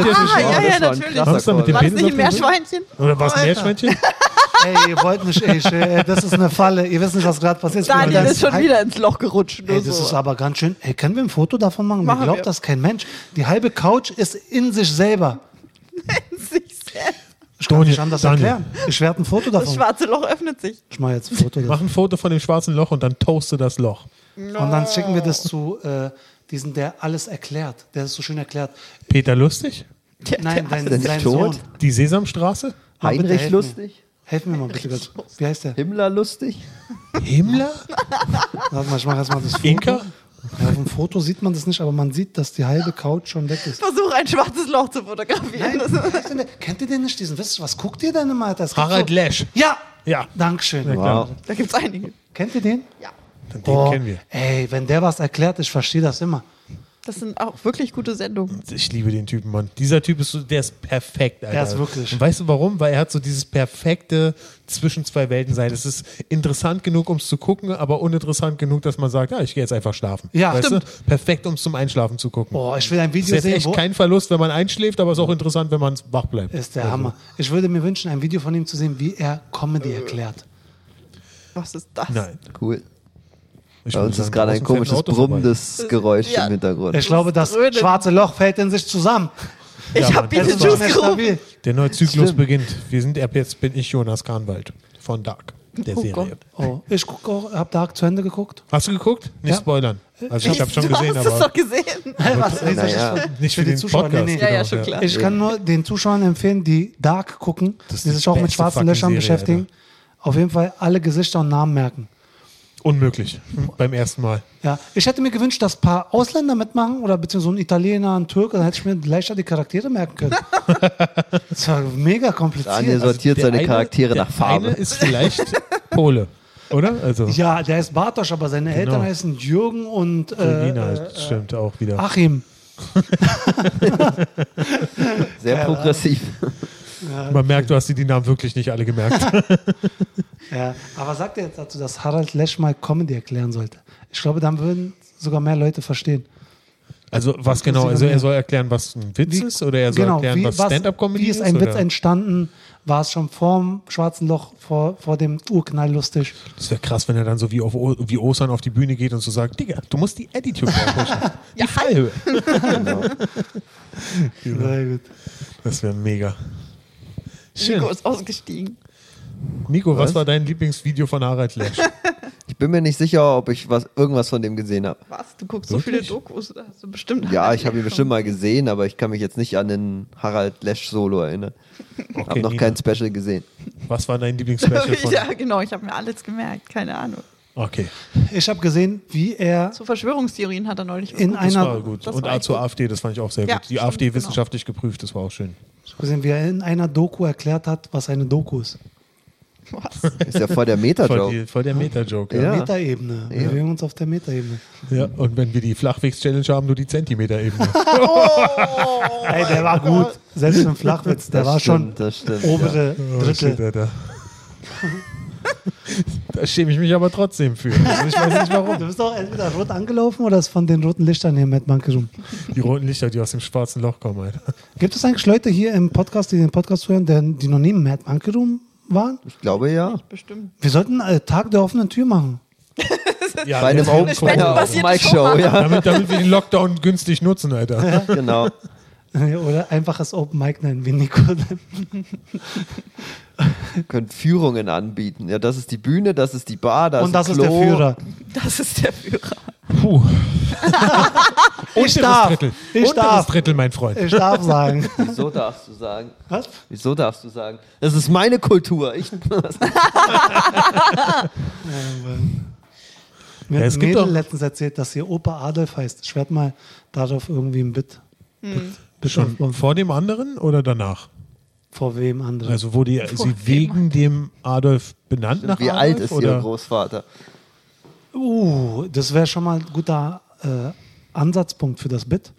Speaker 3: ein
Speaker 1: natürlich.
Speaker 3: krasser
Speaker 2: Hamster mit dem
Speaker 1: War
Speaker 3: Call.
Speaker 1: das nicht ein Meerschweinchen?
Speaker 2: Oder war es ein Meerschweinchen?
Speaker 4: Ey, ihr wollt nicht, ey, ich, äh, das ist eine Falle. Ihr wisst nicht, was gerade passiert. Ich bin
Speaker 1: Daniel
Speaker 4: ganz
Speaker 1: ist schon
Speaker 4: hyped.
Speaker 1: wieder ins Loch gerutscht. Nur
Speaker 4: Ey, das
Speaker 1: so.
Speaker 4: ist aber ganz schön. Ey, können wir ein Foto davon machen?
Speaker 1: Machen
Speaker 4: Mir glaubt
Speaker 1: wir.
Speaker 4: das kein Mensch. Die halbe Couch ist in sich selber.
Speaker 1: Sich selbst.
Speaker 4: Ich kann
Speaker 2: Daniel,
Speaker 4: nicht anders
Speaker 2: Daniel.
Speaker 4: erklären. Ich werde ein Foto
Speaker 1: das
Speaker 4: davon.
Speaker 1: schwarze Loch öffnet sich.
Speaker 4: Ich mache jetzt ein Foto
Speaker 2: Mach
Speaker 4: davon.
Speaker 2: ein Foto von dem schwarzen Loch und dann toaste das Loch.
Speaker 4: Und dann schicken wir das zu äh, diesen, der alles erklärt. Der ist so schön erklärt.
Speaker 2: Peter Lustig?
Speaker 1: Der,
Speaker 4: Nein,
Speaker 1: der,
Speaker 4: dein,
Speaker 3: der nicht
Speaker 4: sein
Speaker 3: tot?
Speaker 4: Sohn.
Speaker 2: Die Sesamstraße?
Speaker 4: Mal bitte
Speaker 3: Heinrich
Speaker 4: helfen.
Speaker 3: lustig?
Speaker 4: Helf mir mal bitte. ganz- Wie heißt der?
Speaker 3: Himmler lustig?
Speaker 2: Himmler?
Speaker 4: Warte mal, ich mache erstmal das Foto.
Speaker 2: Inka?
Speaker 4: Ja, auf dem Foto sieht man das nicht, aber man sieht, dass die halbe Couch schon weg ist.
Speaker 1: Versuche ein schwarzes Loch zu fotografieren.
Speaker 4: Nein,
Speaker 1: Das-
Speaker 4: wie heißt denn der? kennt ihr den nicht? Diesen, was, was guckt ihr denn immer? Das gibt
Speaker 2: Harald
Speaker 4: so,
Speaker 2: Lesch.
Speaker 4: Ja!
Speaker 2: Ja.
Speaker 4: Dankeschön.
Speaker 3: Wow.
Speaker 1: Da gibt es einige.
Speaker 4: Kennt ihr den?
Speaker 1: Ja.
Speaker 2: Den
Speaker 4: Boah,
Speaker 2: kennen wir.
Speaker 4: Ey, wenn der was erklärt, ich verstehe das immer.
Speaker 1: Das sind auch wirklich gute Sendungen.
Speaker 2: Ich liebe den Typen, Mann. Dieser Typ ist so, der ist perfekt, Alter.
Speaker 4: Der ist wirklich.
Speaker 2: Und weißt du warum? Weil er hat so dieses perfekte zwischen zwei Welten sein. Es ist interessant genug, um es zu gucken, aber uninteressant genug, dass man sagt, ja, ich gehe jetzt einfach schlafen.
Speaker 4: Ja,
Speaker 2: weißt
Speaker 4: stimmt.
Speaker 2: Du? Perfekt, um es zum Einschlafen zu gucken.
Speaker 4: Boah, ich will ein
Speaker 2: ist
Speaker 4: Video
Speaker 2: jetzt
Speaker 4: sehen,
Speaker 2: echt
Speaker 4: wo...
Speaker 2: kein Verlust, wenn man einschläft, aber es ist auch interessant, wenn man wach bleibt.
Speaker 4: Ist der Hammer. Ich würde mir wünschen, ein Video von ihm zu sehen, wie er Comedy erklärt.
Speaker 1: Was ist das?
Speaker 2: Nein.
Speaker 3: Cool.
Speaker 2: Ich
Speaker 3: Bei
Speaker 2: würde
Speaker 3: uns
Speaker 2: sagen,
Speaker 3: ist gerade ein
Speaker 2: draußen fährt
Speaker 3: komisches
Speaker 2: Auto
Speaker 3: brummendes Geräusch
Speaker 1: Ja.
Speaker 3: im
Speaker 2: Äh,
Speaker 3: Hintergrund.
Speaker 4: Ich glaube, das
Speaker 1: Dröhnen.
Speaker 4: schwarze Loch fällt in sich zusammen.
Speaker 1: Ich
Speaker 2: Ja,
Speaker 1: hab
Speaker 2: Mann, das
Speaker 4: Es
Speaker 2: ist
Speaker 4: ist nicht
Speaker 1: Beetlejuice
Speaker 4: mehr
Speaker 1: gerufen.
Speaker 4: stabil.
Speaker 2: Der neue Zyklus
Speaker 3: Stimmt.
Speaker 2: beginnt. Wir sind ab jetzt bin ich Jonas Kahnwald von Dark, der
Speaker 1: Oh
Speaker 2: Serie.
Speaker 1: Gott.
Speaker 4: Oh, ich guck auch, hab Dark zu Ende geguckt.
Speaker 2: Hast du geguckt? Nicht
Speaker 4: Ja.
Speaker 2: spoilern. Also ich
Speaker 1: Ich-
Speaker 2: habe schon
Speaker 1: du
Speaker 2: gesehen,
Speaker 1: hast es doch
Speaker 2: aber
Speaker 1: gesehen.
Speaker 4: Was,
Speaker 3: Na ja.
Speaker 2: nicht für,
Speaker 4: die
Speaker 2: den
Speaker 4: Zuschauer.
Speaker 2: Podcast.
Speaker 4: Nee, nee.
Speaker 1: Ja, ja,
Speaker 2: genau,
Speaker 1: schon klar.
Speaker 4: Ich kann nur den Zuschauern empfehlen, die Dark gucken,
Speaker 2: Das ist
Speaker 4: die
Speaker 2: die
Speaker 4: sich auch mit
Speaker 2: beste
Speaker 4: schwarzen
Speaker 2: fucking
Speaker 4: Löchern
Speaker 2: Serie,
Speaker 4: beschäftigen, auf jeden Fall alle Gesichter und Namen merken.
Speaker 2: Unmöglich beim ersten Mal.
Speaker 4: Ja, ich hätte mir gewünscht, dass ein paar Ausländer mitmachen oder beziehungsweise ein Italiener, ein Türke, dann hätte ich mir leichter die Charaktere merken können. das war mega kompliziert.
Speaker 3: Daniel sortiert
Speaker 2: Der
Speaker 3: seine
Speaker 2: eine-
Speaker 3: Charaktere
Speaker 2: der
Speaker 3: nach Farbe.
Speaker 2: Eine ist vielleicht Pole, oder? Also
Speaker 4: ja, der ist Bartosch, aber seine Eltern heißen Jürgen und
Speaker 2: Genau. Regina
Speaker 4: äh, äh,
Speaker 2: stimmt auch wieder.
Speaker 4: Achim.
Speaker 3: Sehr progressiv.
Speaker 2: Man merkt, du hast dir die Namen wirklich nicht alle gemerkt.
Speaker 4: Ja, aber sagt er jetzt dazu, dass Harald Lesch mal Comedy erklären sollte? Ich glaube, dann würden sogar mehr Leute verstehen.
Speaker 2: Also was genau? Also er soll erklären, was ein Witz
Speaker 4: Wie-
Speaker 2: ist oder er soll erklären, was Stand-up-Comedy
Speaker 4: Wie
Speaker 2: ist.
Speaker 4: ist ein
Speaker 2: oder?
Speaker 4: Witz entstanden? War es schon vorm Schwarzen Loch, vor, vor dem Urknall lustig?
Speaker 2: Das wäre krass, wenn er dann so wie, auf, O- wie Osan auf die Bühne geht und so sagt, Digga, du musst die Attitude aufpushen. die Fallhöhe. genau.
Speaker 4: Sehr gut.
Speaker 2: Das wäre mega. Schön.
Speaker 1: Nico ist ausgestiegen.
Speaker 2: Nico, was,
Speaker 3: Was?
Speaker 2: war dein Lieblingsvideo von Harald Lesch?
Speaker 3: Ich bin mir nicht sicher, ob ich was, irgendwas von dem gesehen habe.
Speaker 1: Was? Du guckst so
Speaker 2: Wirklich?
Speaker 1: viele Dokus. Da hast du bestimmt
Speaker 3: Ja,
Speaker 1: alle
Speaker 3: ich habe ihn
Speaker 1: schon.
Speaker 3: bestimmt mal gesehen, aber ich kann mich jetzt nicht an den Harald Lesch Solo erinnern. Okay, habe
Speaker 2: Okay,
Speaker 3: noch
Speaker 2: Nina.
Speaker 3: kein Special gesehen.
Speaker 2: Was war dein Lieblingsspecial von?
Speaker 1: ja, genau, ich habe mir alles gemerkt, keine Ahnung.
Speaker 2: Okay,
Speaker 4: Ich habe gesehen, wie er
Speaker 1: Zu Verschwörungstheorien hat er neulich was
Speaker 4: In
Speaker 1: Gutes
Speaker 2: das
Speaker 4: Einer-
Speaker 2: war gut.
Speaker 1: Genau. das
Speaker 2: und
Speaker 1: war
Speaker 2: A
Speaker 1: echt
Speaker 2: zur
Speaker 1: gut.
Speaker 2: AfD, das fand ich auch sehr
Speaker 1: Ja,
Speaker 2: gut. Die
Speaker 1: stimmt,
Speaker 2: AfD
Speaker 1: genau.
Speaker 2: wissenschaftlich geprüft, das war auch schön.
Speaker 4: ich hab gesehen, wie er in einer Doku erklärt hat, was eine Doku ist.
Speaker 1: Was?
Speaker 3: Ist ja voll der
Speaker 2: Voll,
Speaker 3: Meta-Joke.
Speaker 2: die, voll der Meta-Joke. Ja.
Speaker 3: Ja.
Speaker 4: Metaebene. Wir
Speaker 3: Ja.
Speaker 4: bewegen uns auf der Metaebene.
Speaker 2: Ja. Und wenn wir die Flachwegs-Challenge haben, nur die Zentimeter-Ebene.
Speaker 4: Oh, Ey, der war gut. Selbst im Flachwitz, der
Speaker 3: Das
Speaker 4: war
Speaker 3: stimmt,
Speaker 4: schon
Speaker 3: das stimmt, ja.
Speaker 4: obere Drittel.
Speaker 2: da schäme ich mich aber trotzdem für. Also ich weiß nicht warum.
Speaker 4: Oh, Du bist doch entweder rot angelaufen oder ist von den roten Lichtern hier im Mad Monkey Room.
Speaker 2: Die roten Lichter, die aus dem schwarzen Loch kommen, Alter.
Speaker 4: Gibt es eigentlich Leute hier im Podcast, die den Podcast hören, denn die noch nie im Mad Monkey Room waren?
Speaker 3: Ich glaube ja.
Speaker 1: Bestimmt.
Speaker 4: Wir sollten äh, Tag der offenen Tür machen.
Speaker 2: Ja,
Speaker 3: Bei einem
Speaker 2: deswegen
Speaker 3: Open-
Speaker 2: gucken wir
Speaker 3: bei einer
Speaker 2: mal.
Speaker 1: passiert
Speaker 3: Mike Show, ja.
Speaker 2: damit, damit wir den Lockdown günstig nutzen, Alter.
Speaker 3: Genau.
Speaker 4: oder einfaches Open Mic nennen, wie Nico.
Speaker 3: Können Führungen anbieten. Ja, das ist die Bühne, das ist die Bar, das
Speaker 4: Und das ist
Speaker 3: Klo.
Speaker 4: der Führer.
Speaker 1: Das ist der Führer.
Speaker 2: Oh, Puh.
Speaker 4: Ich darf.
Speaker 2: Drittel.
Speaker 4: Ich
Speaker 2: Unteres
Speaker 4: darf.
Speaker 2: Drittel, mein Freund.
Speaker 4: Ich darf sagen.
Speaker 3: Wieso darfst du sagen?
Speaker 4: Was?
Speaker 3: Wieso darfst du sagen? Das ist meine Kultur. Ich,
Speaker 4: Mir
Speaker 2: Ja,
Speaker 4: hat
Speaker 2: es
Speaker 4: ein
Speaker 2: gibt
Speaker 4: Mädel
Speaker 2: doch-
Speaker 4: letztens erzählt, dass ihr Opa Adolf heißt. Ich werde mal darauf irgendwie ein Bit.
Speaker 1: Hm.
Speaker 4: Bit
Speaker 2: Schon
Speaker 4: aufbauen.
Speaker 2: vor dem anderen oder danach?
Speaker 4: Vor wem anderen?
Speaker 2: Also wurde ihr,
Speaker 1: Vor
Speaker 2: sie wegen dem Adolf benannt nach
Speaker 3: wie
Speaker 2: Adolf?
Speaker 3: alt ist
Speaker 2: oder?
Speaker 3: Ihr Großvater?
Speaker 4: Uh, das wäre schon mal ein guter äh, Ansatzpunkt für das Bit.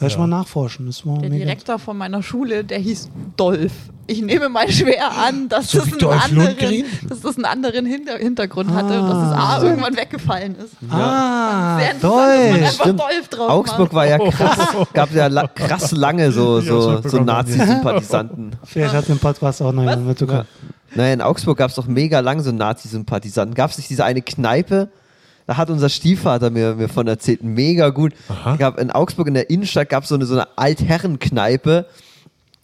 Speaker 4: Werde ich mal nachforschen. Das war
Speaker 1: Der
Speaker 4: mega-
Speaker 1: Direktor von meiner Schule, der hieß Dolf. Ich nehme mal schwer an, dass,
Speaker 2: So
Speaker 1: das,
Speaker 2: wie
Speaker 1: einen
Speaker 2: Dolph
Speaker 1: anderen,
Speaker 2: Lundgren?
Speaker 1: dass das einen anderen Hinter Hintergrund hatte und dass das
Speaker 4: Ah.
Speaker 1: A irgendwann weggefallen ist.
Speaker 4: Ah,
Speaker 1: Sehr interessant,
Speaker 4: Deutsch.
Speaker 1: dass man einfach Dolf drauf
Speaker 3: Augsburg war ja krass, gab ja la krass lange so,
Speaker 2: Ich hab's
Speaker 3: so, so
Speaker 2: mitbekommen.
Speaker 3: Nazi-Sympathisanten.
Speaker 4: Vielleicht hat den Podcast auch noch jemand mitbekommen.
Speaker 3: Naja, in Augsburg gab es doch mega lang so Nazi-Sympathisanten. Gab es nicht diese eine Kneipe? Da hat unser Stiefvater mir, mir von erzählt, mega gut.
Speaker 2: Aha.
Speaker 3: Gab in Augsburg in der Innenstadt gab so eine, so eine Altherrenkneipe.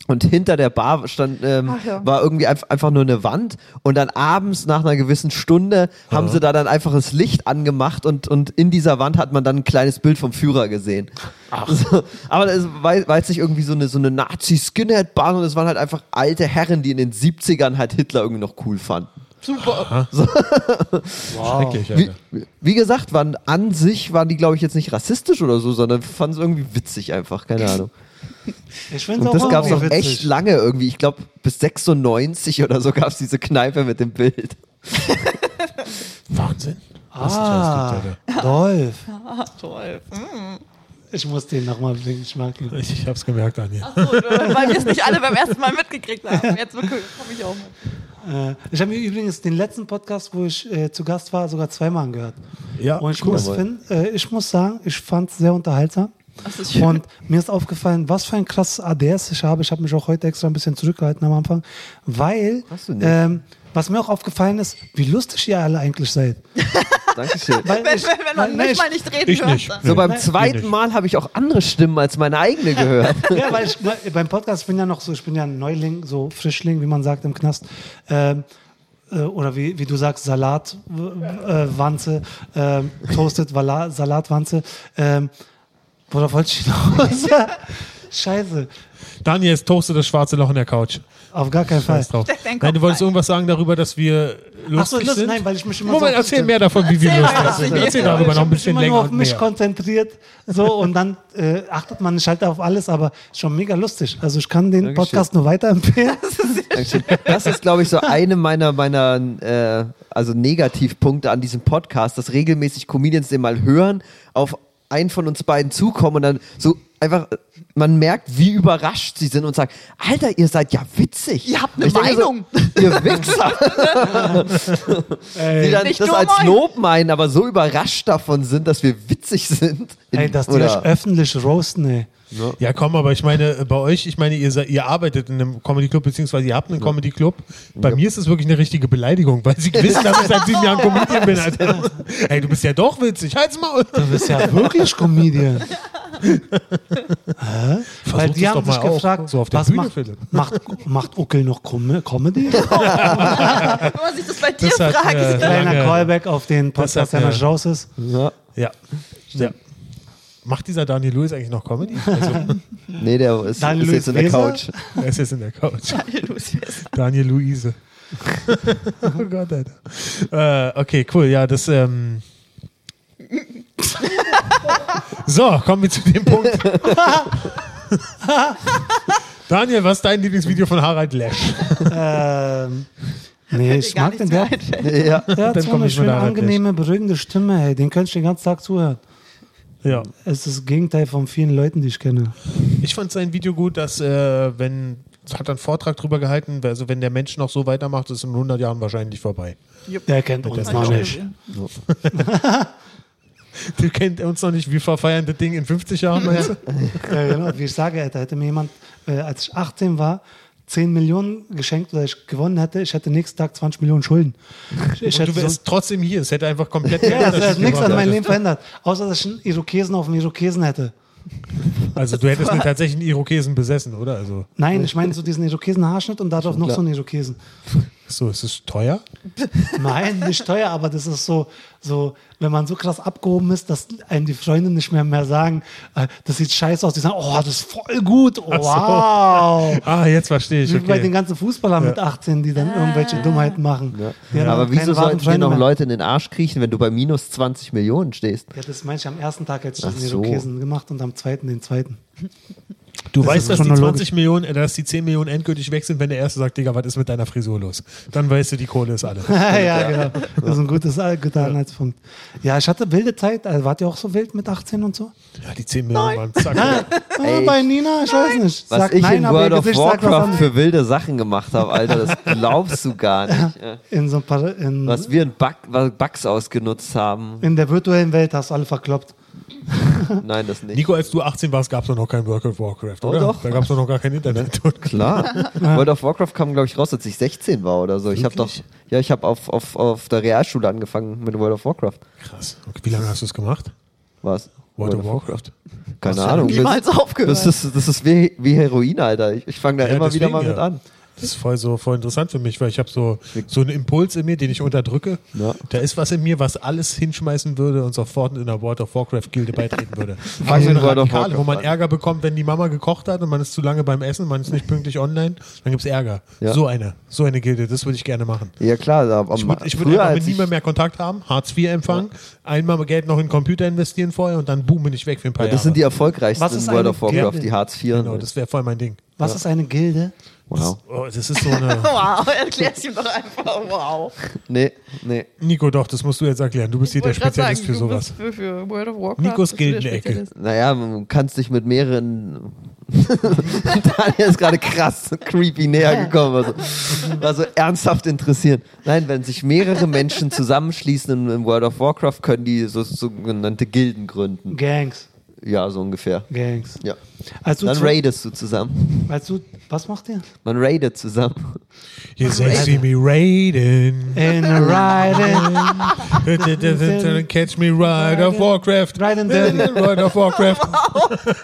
Speaker 3: Und hinter der Bar stand, ähm,
Speaker 1: Ach ja.
Speaker 3: war irgendwie einf einfach nur eine Wand. Und dann abends nach einer gewissen Stunde haben sie da dann einfach das Licht angemacht und, und in dieser Wand hat man dann ein kleines Bild vom Führer gesehen. So, aber das war, war jetzt nicht irgendwie so eine, so eine Nazi-Skinhead-Bar, sondern es waren halt einfach alte Herren, die in den 70ern halt Hitler irgendwie noch cool fanden.
Speaker 1: Super.
Speaker 2: Schrecklich,
Speaker 3: Wie,
Speaker 2: Alter.
Speaker 3: wie gesagt, waren an sich waren die, glaube ich, jetzt nicht rassistisch oder so, sondern fanden es irgendwie witzig einfach, keine Ahnung.
Speaker 4: Ich finde
Speaker 3: Und das gab es auch echt lange irgendwie. Ich glaube, bis 96 oder so gab es diese Kneipe mit dem Bild.
Speaker 2: Wahnsinn. Was es alles
Speaker 4: Ah,
Speaker 2: gibt, Alter.
Speaker 4: Dolph.
Speaker 1: Ah, toll. Mm.
Speaker 4: Ich muss den nochmal bringen, ich mag ihn.
Speaker 2: Ich, ich hab's gemerkt, Anja.
Speaker 1: So, weil wir es nicht alle beim ersten Mal mitgekriegt haben. Jetzt bekomme ich auch mit.
Speaker 4: Äh, ich habe mir übrigens den letzten Podcast, wo ich äh, zu Gast war, sogar zweimal angehört.
Speaker 2: Ja,
Speaker 4: Und ich,
Speaker 2: cool.
Speaker 4: muss, fin- äh, ich muss sagen, ich fand es sehr unterhaltsam.
Speaker 1: Das ist schön.
Speaker 4: Und mir ist aufgefallen, was für ein krasses ADS ich habe. Ich habe mich auch heute extra ein bisschen zurückgehalten am Anfang, weil
Speaker 3: Hast du nicht.
Speaker 4: ähm, was mir auch aufgefallen ist, wie lustig ihr alle eigentlich seid.
Speaker 3: Dankeschön.
Speaker 4: Weil
Speaker 1: Wenn,
Speaker 4: ich-
Speaker 1: wenn, wenn man
Speaker 4: weil
Speaker 1: mich
Speaker 4: ich-
Speaker 1: mal nicht reden
Speaker 2: Ich
Speaker 1: hört,
Speaker 2: nicht.
Speaker 1: dann.
Speaker 3: So beim
Speaker 4: Nein,
Speaker 2: nicht.
Speaker 3: zweiten Mal habe ich auch andere Stimmen als meine eigene gehört.
Speaker 4: ja, weil ich weil beim Podcast bin ja noch so, ich bin ja ein Neuling, so Frischling, wie man sagt im Knast. Ähm, äh, oder wie, wie du sagst, Salatwanze, äh, Wanze, ähm, Toasted Vala- Salatwanze. Ähm, worauf wollte ich hinaus? Scheiße,
Speaker 2: Daniel, jetzt toaste das schwarze Loch in der Couch.
Speaker 4: auf gar keinen Fall.
Speaker 2: Scheiß drauf.
Speaker 1: Steck deinen Kopf
Speaker 2: Nein, du wolltest
Speaker 1: rein.
Speaker 2: irgendwas sagen darüber, dass wir lustig
Speaker 4: Ach so, Lust,
Speaker 2: sind?
Speaker 4: nein, weil ich mich immer
Speaker 2: Moment,
Speaker 4: so
Speaker 2: erzähl mehr davon, wie wir
Speaker 1: Erzähl
Speaker 2: lustig
Speaker 1: mal, was
Speaker 2: sind.
Speaker 1: wir-
Speaker 2: Erzähl
Speaker 4: Ich
Speaker 2: darüber noch
Speaker 4: hab
Speaker 2: ein
Speaker 4: mich
Speaker 2: bisschen
Speaker 4: immer
Speaker 2: länger
Speaker 4: nur auf
Speaker 2: und
Speaker 4: mich
Speaker 2: mehr.
Speaker 4: konzentriert. So, und dann äh, achtet man nicht halt auf alles, aber schon mega lustig. Also ich kann den
Speaker 3: Dankeschön.
Speaker 4: Podcast nur weiterempfehlen.
Speaker 3: Dankeschön. Das ist, glaube ich, so eine meiner, meiner äh, also Negativpunkte an diesem Podcast, dass regelmäßig Comedians den mal hören, auf einen von uns beiden zukommen und dann so einfach, äh, man merkt, wie überrascht sie sind und sagen, Alter, ihr seid ja witzig.
Speaker 1: Ihr habt eine
Speaker 3: Ich denke
Speaker 1: Meinung.
Speaker 3: So, ihr Wichser. die dann
Speaker 1: Nicht
Speaker 3: das
Speaker 1: nur
Speaker 3: als
Speaker 1: mein.
Speaker 3: Lob meinen, aber so überrascht davon sind, dass wir witzig sind.
Speaker 4: Ey, dass die
Speaker 3: Oder-
Speaker 4: euch öffentlich roasten, ey.
Speaker 2: Ja, komm, aber ich meine, äh, bei euch, ich meine, ihr, se- ihr arbeitet in einem Comedy Club, beziehungsweise ihr habt einen Comedy Club. Bei mir ist es wirklich eine richtige Beleidigung, weil sie wissen, dass ich seit sieben Jahren Comedian bin, Alter. Ey, du bist ja doch witzig, halt's mal.
Speaker 4: Du bist ja wirklich Comedian. Hä? Weil
Speaker 2: es
Speaker 4: die haben
Speaker 2: doch mal
Speaker 4: sich
Speaker 2: auch,
Speaker 4: gefragt,
Speaker 2: so auf der
Speaker 4: was
Speaker 2: Bühne, Philipp.
Speaker 4: macht, macht, macht Uckel noch Com Comedy?
Speaker 1: Wenn man sich das bei dir
Speaker 2: Das hat,
Speaker 1: fragt,
Speaker 2: äh,
Speaker 1: dann
Speaker 4: Kleiner
Speaker 2: Lange.
Speaker 4: Callback auf den
Speaker 2: Das hat
Speaker 4: Podcast, der
Speaker 2: mir-
Speaker 4: noch raus ist.
Speaker 3: Ja.
Speaker 2: Ja. ja. Macht dieser Daniel Lewis eigentlich noch Comedy? Also,
Speaker 3: Nee, der ist,
Speaker 4: Dann
Speaker 3: ist
Speaker 4: Luis
Speaker 3: jetzt in der
Speaker 4: Weser?
Speaker 3: Couch.
Speaker 2: er ist jetzt in der Couch.
Speaker 1: los wirst.
Speaker 2: Daniel Luise. oh Gott, Alter. Äh, okay, cool. Ja, das. Ähm so, kommen wir zu dem Punkt. Daniel, was ist dein Lieblingsvideo von Harald Lesch?
Speaker 4: Ähm, nee, ich
Speaker 1: Gar
Speaker 4: mag
Speaker 1: nichts
Speaker 4: den.
Speaker 1: mehr
Speaker 4: Der,
Speaker 1: einfällt.
Speaker 3: Ja.
Speaker 4: der hat
Speaker 2: Dann
Speaker 4: so
Speaker 2: komm
Speaker 4: eine
Speaker 2: ich mit
Speaker 4: schöne,
Speaker 2: der Arbeit
Speaker 4: angenehme, beruhigende Stimme, ey. Den könnte ich den ganzen Tag zuhören.
Speaker 2: Ja.
Speaker 4: Es ist das Gegenteil von vielen Leuten, die ich kenne.
Speaker 2: Ich fand sein Video gut, dass, äh, wenn. Hat einen Vortrag drüber gehalten, also wenn der Mensch noch so weitermacht, ist es in 100 Jahren wahrscheinlich vorbei.
Speaker 4: Der kennt uns noch nicht.
Speaker 2: Du kennt uns noch nicht, wir verfeiern das Ding in 50 Jahren, meinst du?
Speaker 4: Ja, genau. Wie ich sage, Alter, hätte mir jemand, äh, als ich 18 war, 10 Millionen geschenkt oder ich gewonnen hätte, ich hätte nächsten Tag 20 Millionen Schulden. Ich, ich
Speaker 2: Und
Speaker 4: hätte
Speaker 2: du
Speaker 4: so,
Speaker 2: wärst trotzdem hier. Es hätte einfach komplett
Speaker 4: ja, also, das hat nichts an
Speaker 2: Leben.
Speaker 4: meinem Leben verändert. Außer, dass ich einen Irokesen auf dem Irokesen hätte.
Speaker 2: Also du hättest mir tatsächlich einen Irokesen besessen, oder? Also
Speaker 4: Nein, ich meine so diesen Irokesen-Haarschnitt und darauf noch so einen Irokesen.
Speaker 2: so, ist es teuer?
Speaker 4: Nein, nicht teuer, aber das ist so, so, wenn man so krass abgehoben ist, dass einem die Freunde nicht mehr mehr sagen, äh, das sieht scheiße aus. Die sagen, oh, das ist voll gut, oh, wow.
Speaker 2: Ah, jetzt verstehe ich.
Speaker 4: Wie bei den
Speaker 2: Okay.
Speaker 4: ganzen Fußballern mit 18, die dann irgendwelche Dummheiten machen. Die haben
Speaker 3: Aber
Speaker 4: keine
Speaker 3: wieso
Speaker 4: wahren
Speaker 3: sollten dir
Speaker 4: Freunde
Speaker 3: noch
Speaker 4: mehr.
Speaker 3: Leute in den Arsch kriechen, wenn du bei minus 20 Millionen stehst?
Speaker 4: Ja, das meine ich am ersten Tag hätte ich
Speaker 3: Ach
Speaker 4: diesen
Speaker 3: so.
Speaker 4: Irokesen gemacht und am zweiten den zweiten.
Speaker 2: Du
Speaker 4: Das
Speaker 2: weißt,
Speaker 4: ist
Speaker 2: dass die
Speaker 4: schon
Speaker 2: 20
Speaker 4: logisch.
Speaker 2: Millionen, äh, dass die 10 Millionen endgültig weg sind, wenn der erste sagt, Digga, was ist mit deiner Frisur los? Dann weißt du, die Kohle ist alle.
Speaker 4: ja, genau. Das ist ein gutes, äh, guter Anhaltspunkt. Ja, ich hatte wilde Zeit. Also, wart ihr auch so wild mit 18 und so?
Speaker 2: Ja, die 10 Millionen waren zack.
Speaker 4: Ah, bei Nina, ich weiß nicht.
Speaker 3: Was
Speaker 4: Sag
Speaker 3: ich
Speaker 4: nein,
Speaker 3: in
Speaker 4: aber ihr
Speaker 3: World of
Speaker 4: Gesicht sagt was
Speaker 3: Warcraft
Speaker 4: anderes.
Speaker 3: für wilde Sachen gemacht habe, Alter, das glaubst du gar nicht. Ja.
Speaker 4: in so ein paar, in,
Speaker 3: Was wir in Bug, was Bugs ausgenutzt haben.
Speaker 4: in der virtuellen Welt hast du alle verkloppt.
Speaker 3: Nein, das nicht.
Speaker 2: Nico, als du 18 warst, gab es doch noch kein World of Warcraft, oder?
Speaker 3: doch.
Speaker 2: Da gab es doch noch gar kein Internet. Und
Speaker 3: Klar. World of Warcraft kam, glaube ich, raus, als ich 16 war oder so. Ich habe doch,
Speaker 2: Wirklich?
Speaker 3: ja, ich habe auf, auf, auf der Realschule angefangen mit World of Warcraft.
Speaker 2: krass. Okay, wie lange hast du es gemacht?
Speaker 3: Was?
Speaker 2: World of Warcraft.
Speaker 3: Keine Ahnung.
Speaker 1: Niemals
Speaker 3: Das
Speaker 1: aufgehört.
Speaker 3: ist, das ist wie, wie Heroin, Alter. Ich, ich fange da
Speaker 2: Ja,
Speaker 3: immer wieder
Speaker 2: deswegen
Speaker 3: mal
Speaker 2: ja.
Speaker 3: mit an.
Speaker 2: Das ist voll so voll interessant für mich, weil ich habe so, so einen Impuls in mir, den ich unterdrücke.
Speaker 3: Ja.
Speaker 2: Da ist was in mir, was alles hinschmeißen würde und sofort in der World of Warcraft-Gilde beitreten würde.
Speaker 3: Fang
Speaker 2: so
Speaker 3: mit
Speaker 2: eine
Speaker 3: World of
Speaker 2: Radikale, wo man
Speaker 3: Warcraft an.
Speaker 2: Ärger bekommt, wenn die Mama gekocht hat und man ist zu lange beim Essen, man ist nicht pünktlich online, dann gibt es Ärger.
Speaker 3: Ja.
Speaker 2: So eine, so eine Gilde, das würde ich gerne machen.
Speaker 3: Ja klar, aber
Speaker 2: Ich würde ich würd
Speaker 3: früher,
Speaker 2: einfach
Speaker 3: als
Speaker 2: mit
Speaker 3: ich-
Speaker 2: niemandem mehr Kontakt haben, Hartz IV empfangen, einmal Geld noch in den Computer investieren vorher und dann boom, bin ich weg für ein paar
Speaker 3: Ja, das
Speaker 2: Jahre.
Speaker 3: sind die erfolgreichsten
Speaker 4: Was ist
Speaker 3: in World
Speaker 4: eine
Speaker 3: of Warcraft,
Speaker 4: Gilde?
Speaker 3: die Hartz IV.
Speaker 2: genau, das wäre voll mein Ding.
Speaker 4: Was ist eine Gilde?
Speaker 3: wow.
Speaker 2: Oh, das ist so eine.
Speaker 1: Wow, erklär's ihm doch einfach. Wow.
Speaker 3: Nee, nee.
Speaker 2: Nico, doch, das musst du jetzt erklären. Du bist hier
Speaker 1: Ich
Speaker 2: der
Speaker 1: wollte gerade sagen,
Speaker 2: Spezialist für
Speaker 1: du
Speaker 2: sowas.
Speaker 1: bist Für, für World of Warcraft. bist
Speaker 2: Nikos
Speaker 1: du der
Speaker 2: Gildenecke.
Speaker 1: Spezialist.
Speaker 3: Naja, man kann dich mit mehreren. Daniel ist gerade krass creepy näher gekommen. Also, also ernsthaft interessieren. Nein, wenn sich mehrere Menschen zusammenschließen in, in World of Warcraft, können die so sogenannte Gilden gründen.
Speaker 4: Gangs.
Speaker 3: Ja, so ungefähr.
Speaker 4: Gangs.
Speaker 3: Ja.
Speaker 4: Als du,
Speaker 3: Dann
Speaker 4: zu,
Speaker 3: raidest du zusammen.
Speaker 4: als du was macht ihr?
Speaker 3: Man raidet zusammen.
Speaker 2: You say see me raiding.
Speaker 4: In a riding.
Speaker 2: Catch me right of Warcraft.
Speaker 4: Right in the-
Speaker 2: Right of Warcraft.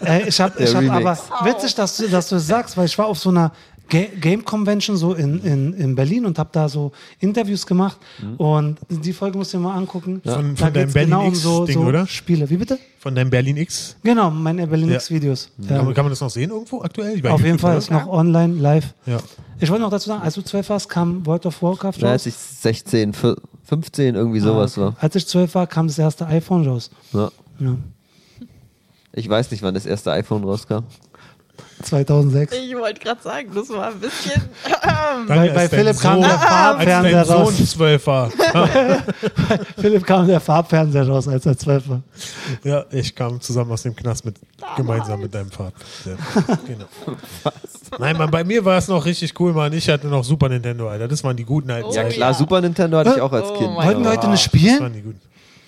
Speaker 4: Äh, ich habe
Speaker 3: Der
Speaker 4: ich hab aber
Speaker 3: Remix.
Speaker 4: witzig, dass du, dass du das sagst, weil ich war auf so einer Ga Game Convention so in, in, in Berlin und habe da so Interviews gemacht
Speaker 3: Mhm.
Speaker 4: und die Folge musst du dir mal angucken.
Speaker 2: Von-
Speaker 4: Da
Speaker 2: von deinem
Speaker 4: geht's
Speaker 2: Berlin
Speaker 4: genau um
Speaker 2: X
Speaker 4: so,
Speaker 2: Ding,
Speaker 4: so
Speaker 2: oder?
Speaker 4: Spiele. Wie bitte?
Speaker 2: Von deinem Berlin X.
Speaker 4: Genau, meine Berlin
Speaker 2: Ja. Mhm.
Speaker 4: X Videos.
Speaker 2: Kann,
Speaker 4: Ja.
Speaker 2: man- kann man das noch sehen irgendwo aktuell? Ich weiß
Speaker 4: Auf
Speaker 2: nicht,
Speaker 4: jeden Fall
Speaker 2: oder?
Speaker 4: ist noch online live.
Speaker 2: Ja.
Speaker 4: Ich wollte noch dazu sagen, als du zwölf warst, kam World of Warcraft raus.
Speaker 3: 30, 16, 15,
Speaker 4: Ah.
Speaker 3: irgendwie sowas war.
Speaker 4: Als ich zwölf war, kam das erste iPhone raus.
Speaker 3: Ja.
Speaker 4: Ja.
Speaker 3: Ich weiß nicht, wann das erste iPhone rauskam.
Speaker 4: 2006.
Speaker 1: Ich wollte gerade sagen, das war ein bisschen.
Speaker 2: Danke,
Speaker 4: Bei- bei
Speaker 2: als dein
Speaker 4: Philipp kam
Speaker 2: Sohn-
Speaker 4: der Farbfernseher
Speaker 2: als dein
Speaker 4: raus.
Speaker 2: Sohn Zwölfer.
Speaker 4: Philipp kam der Farbfernseher raus, als er zwölf war.
Speaker 2: Ja, ich kam zusammen aus dem Knast mit, gemeinsam mit deinem Vater. Ja, genau. Nein, Mann, bei mir war es noch richtig cool, Mann. Ich hatte noch Super Nintendo, Alter. Das waren die guten alten
Speaker 1: Oh,
Speaker 3: Ja
Speaker 1: Ja.
Speaker 2: Zeiten. Ah,
Speaker 3: klar, Super Nintendo hatte ich auch als
Speaker 1: Oh
Speaker 3: Kind.
Speaker 1: mein
Speaker 4: Wollten wir
Speaker 3: aber-
Speaker 4: heute nicht
Speaker 2: Das
Speaker 4: spielen?
Speaker 2: waren die guten.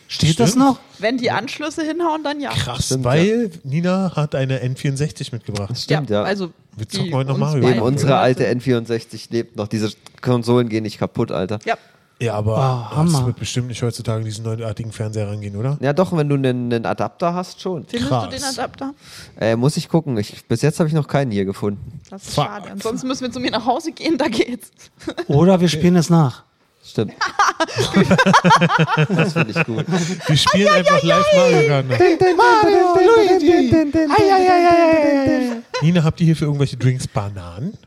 Speaker 4: Steht das
Speaker 2: Stimmt.
Speaker 4: noch?
Speaker 1: Wenn die Anschlüsse hinhauen, dann ja.
Speaker 2: Krass,
Speaker 3: Stimmt,
Speaker 2: weil Nina hat eine N64 mitgebracht.
Speaker 3: Stimmt, ja.
Speaker 1: Also,
Speaker 2: Wir
Speaker 1: die
Speaker 2: zocken heute noch
Speaker 1: uns
Speaker 2: Mario.
Speaker 1: beiden
Speaker 3: Eben unsere alte
Speaker 1: gehörte.
Speaker 3: N64 lebt noch. Diese Konsolen gehen nicht kaputt, Alter.
Speaker 1: Ja.
Speaker 2: Ja, aber oh,
Speaker 4: Ah, Hammer.
Speaker 2: das wird bestimmt nicht heutzutage in diesen neuartigen Fernseher rangehen, oder?
Speaker 3: Ja, doch, wenn du einen, einen Adapter hast, schon.
Speaker 1: Findest
Speaker 2: Krass.
Speaker 1: du den Adapter?
Speaker 3: Äh, muss ich gucken. Ich, bis jetzt habe ich noch keinen hier gefunden.
Speaker 1: Das ist
Speaker 2: Fuck.
Speaker 1: schade. Ansonsten müssen wir zu mir nach Hause gehen, da geht's.
Speaker 4: Oder wir spielen es nach.
Speaker 3: Stimmt. das finde ich gut.
Speaker 2: Wir spielen einfach live Mario Kart. nach. Nina, habt ihr hier für irgendwelche Drinks Bananen?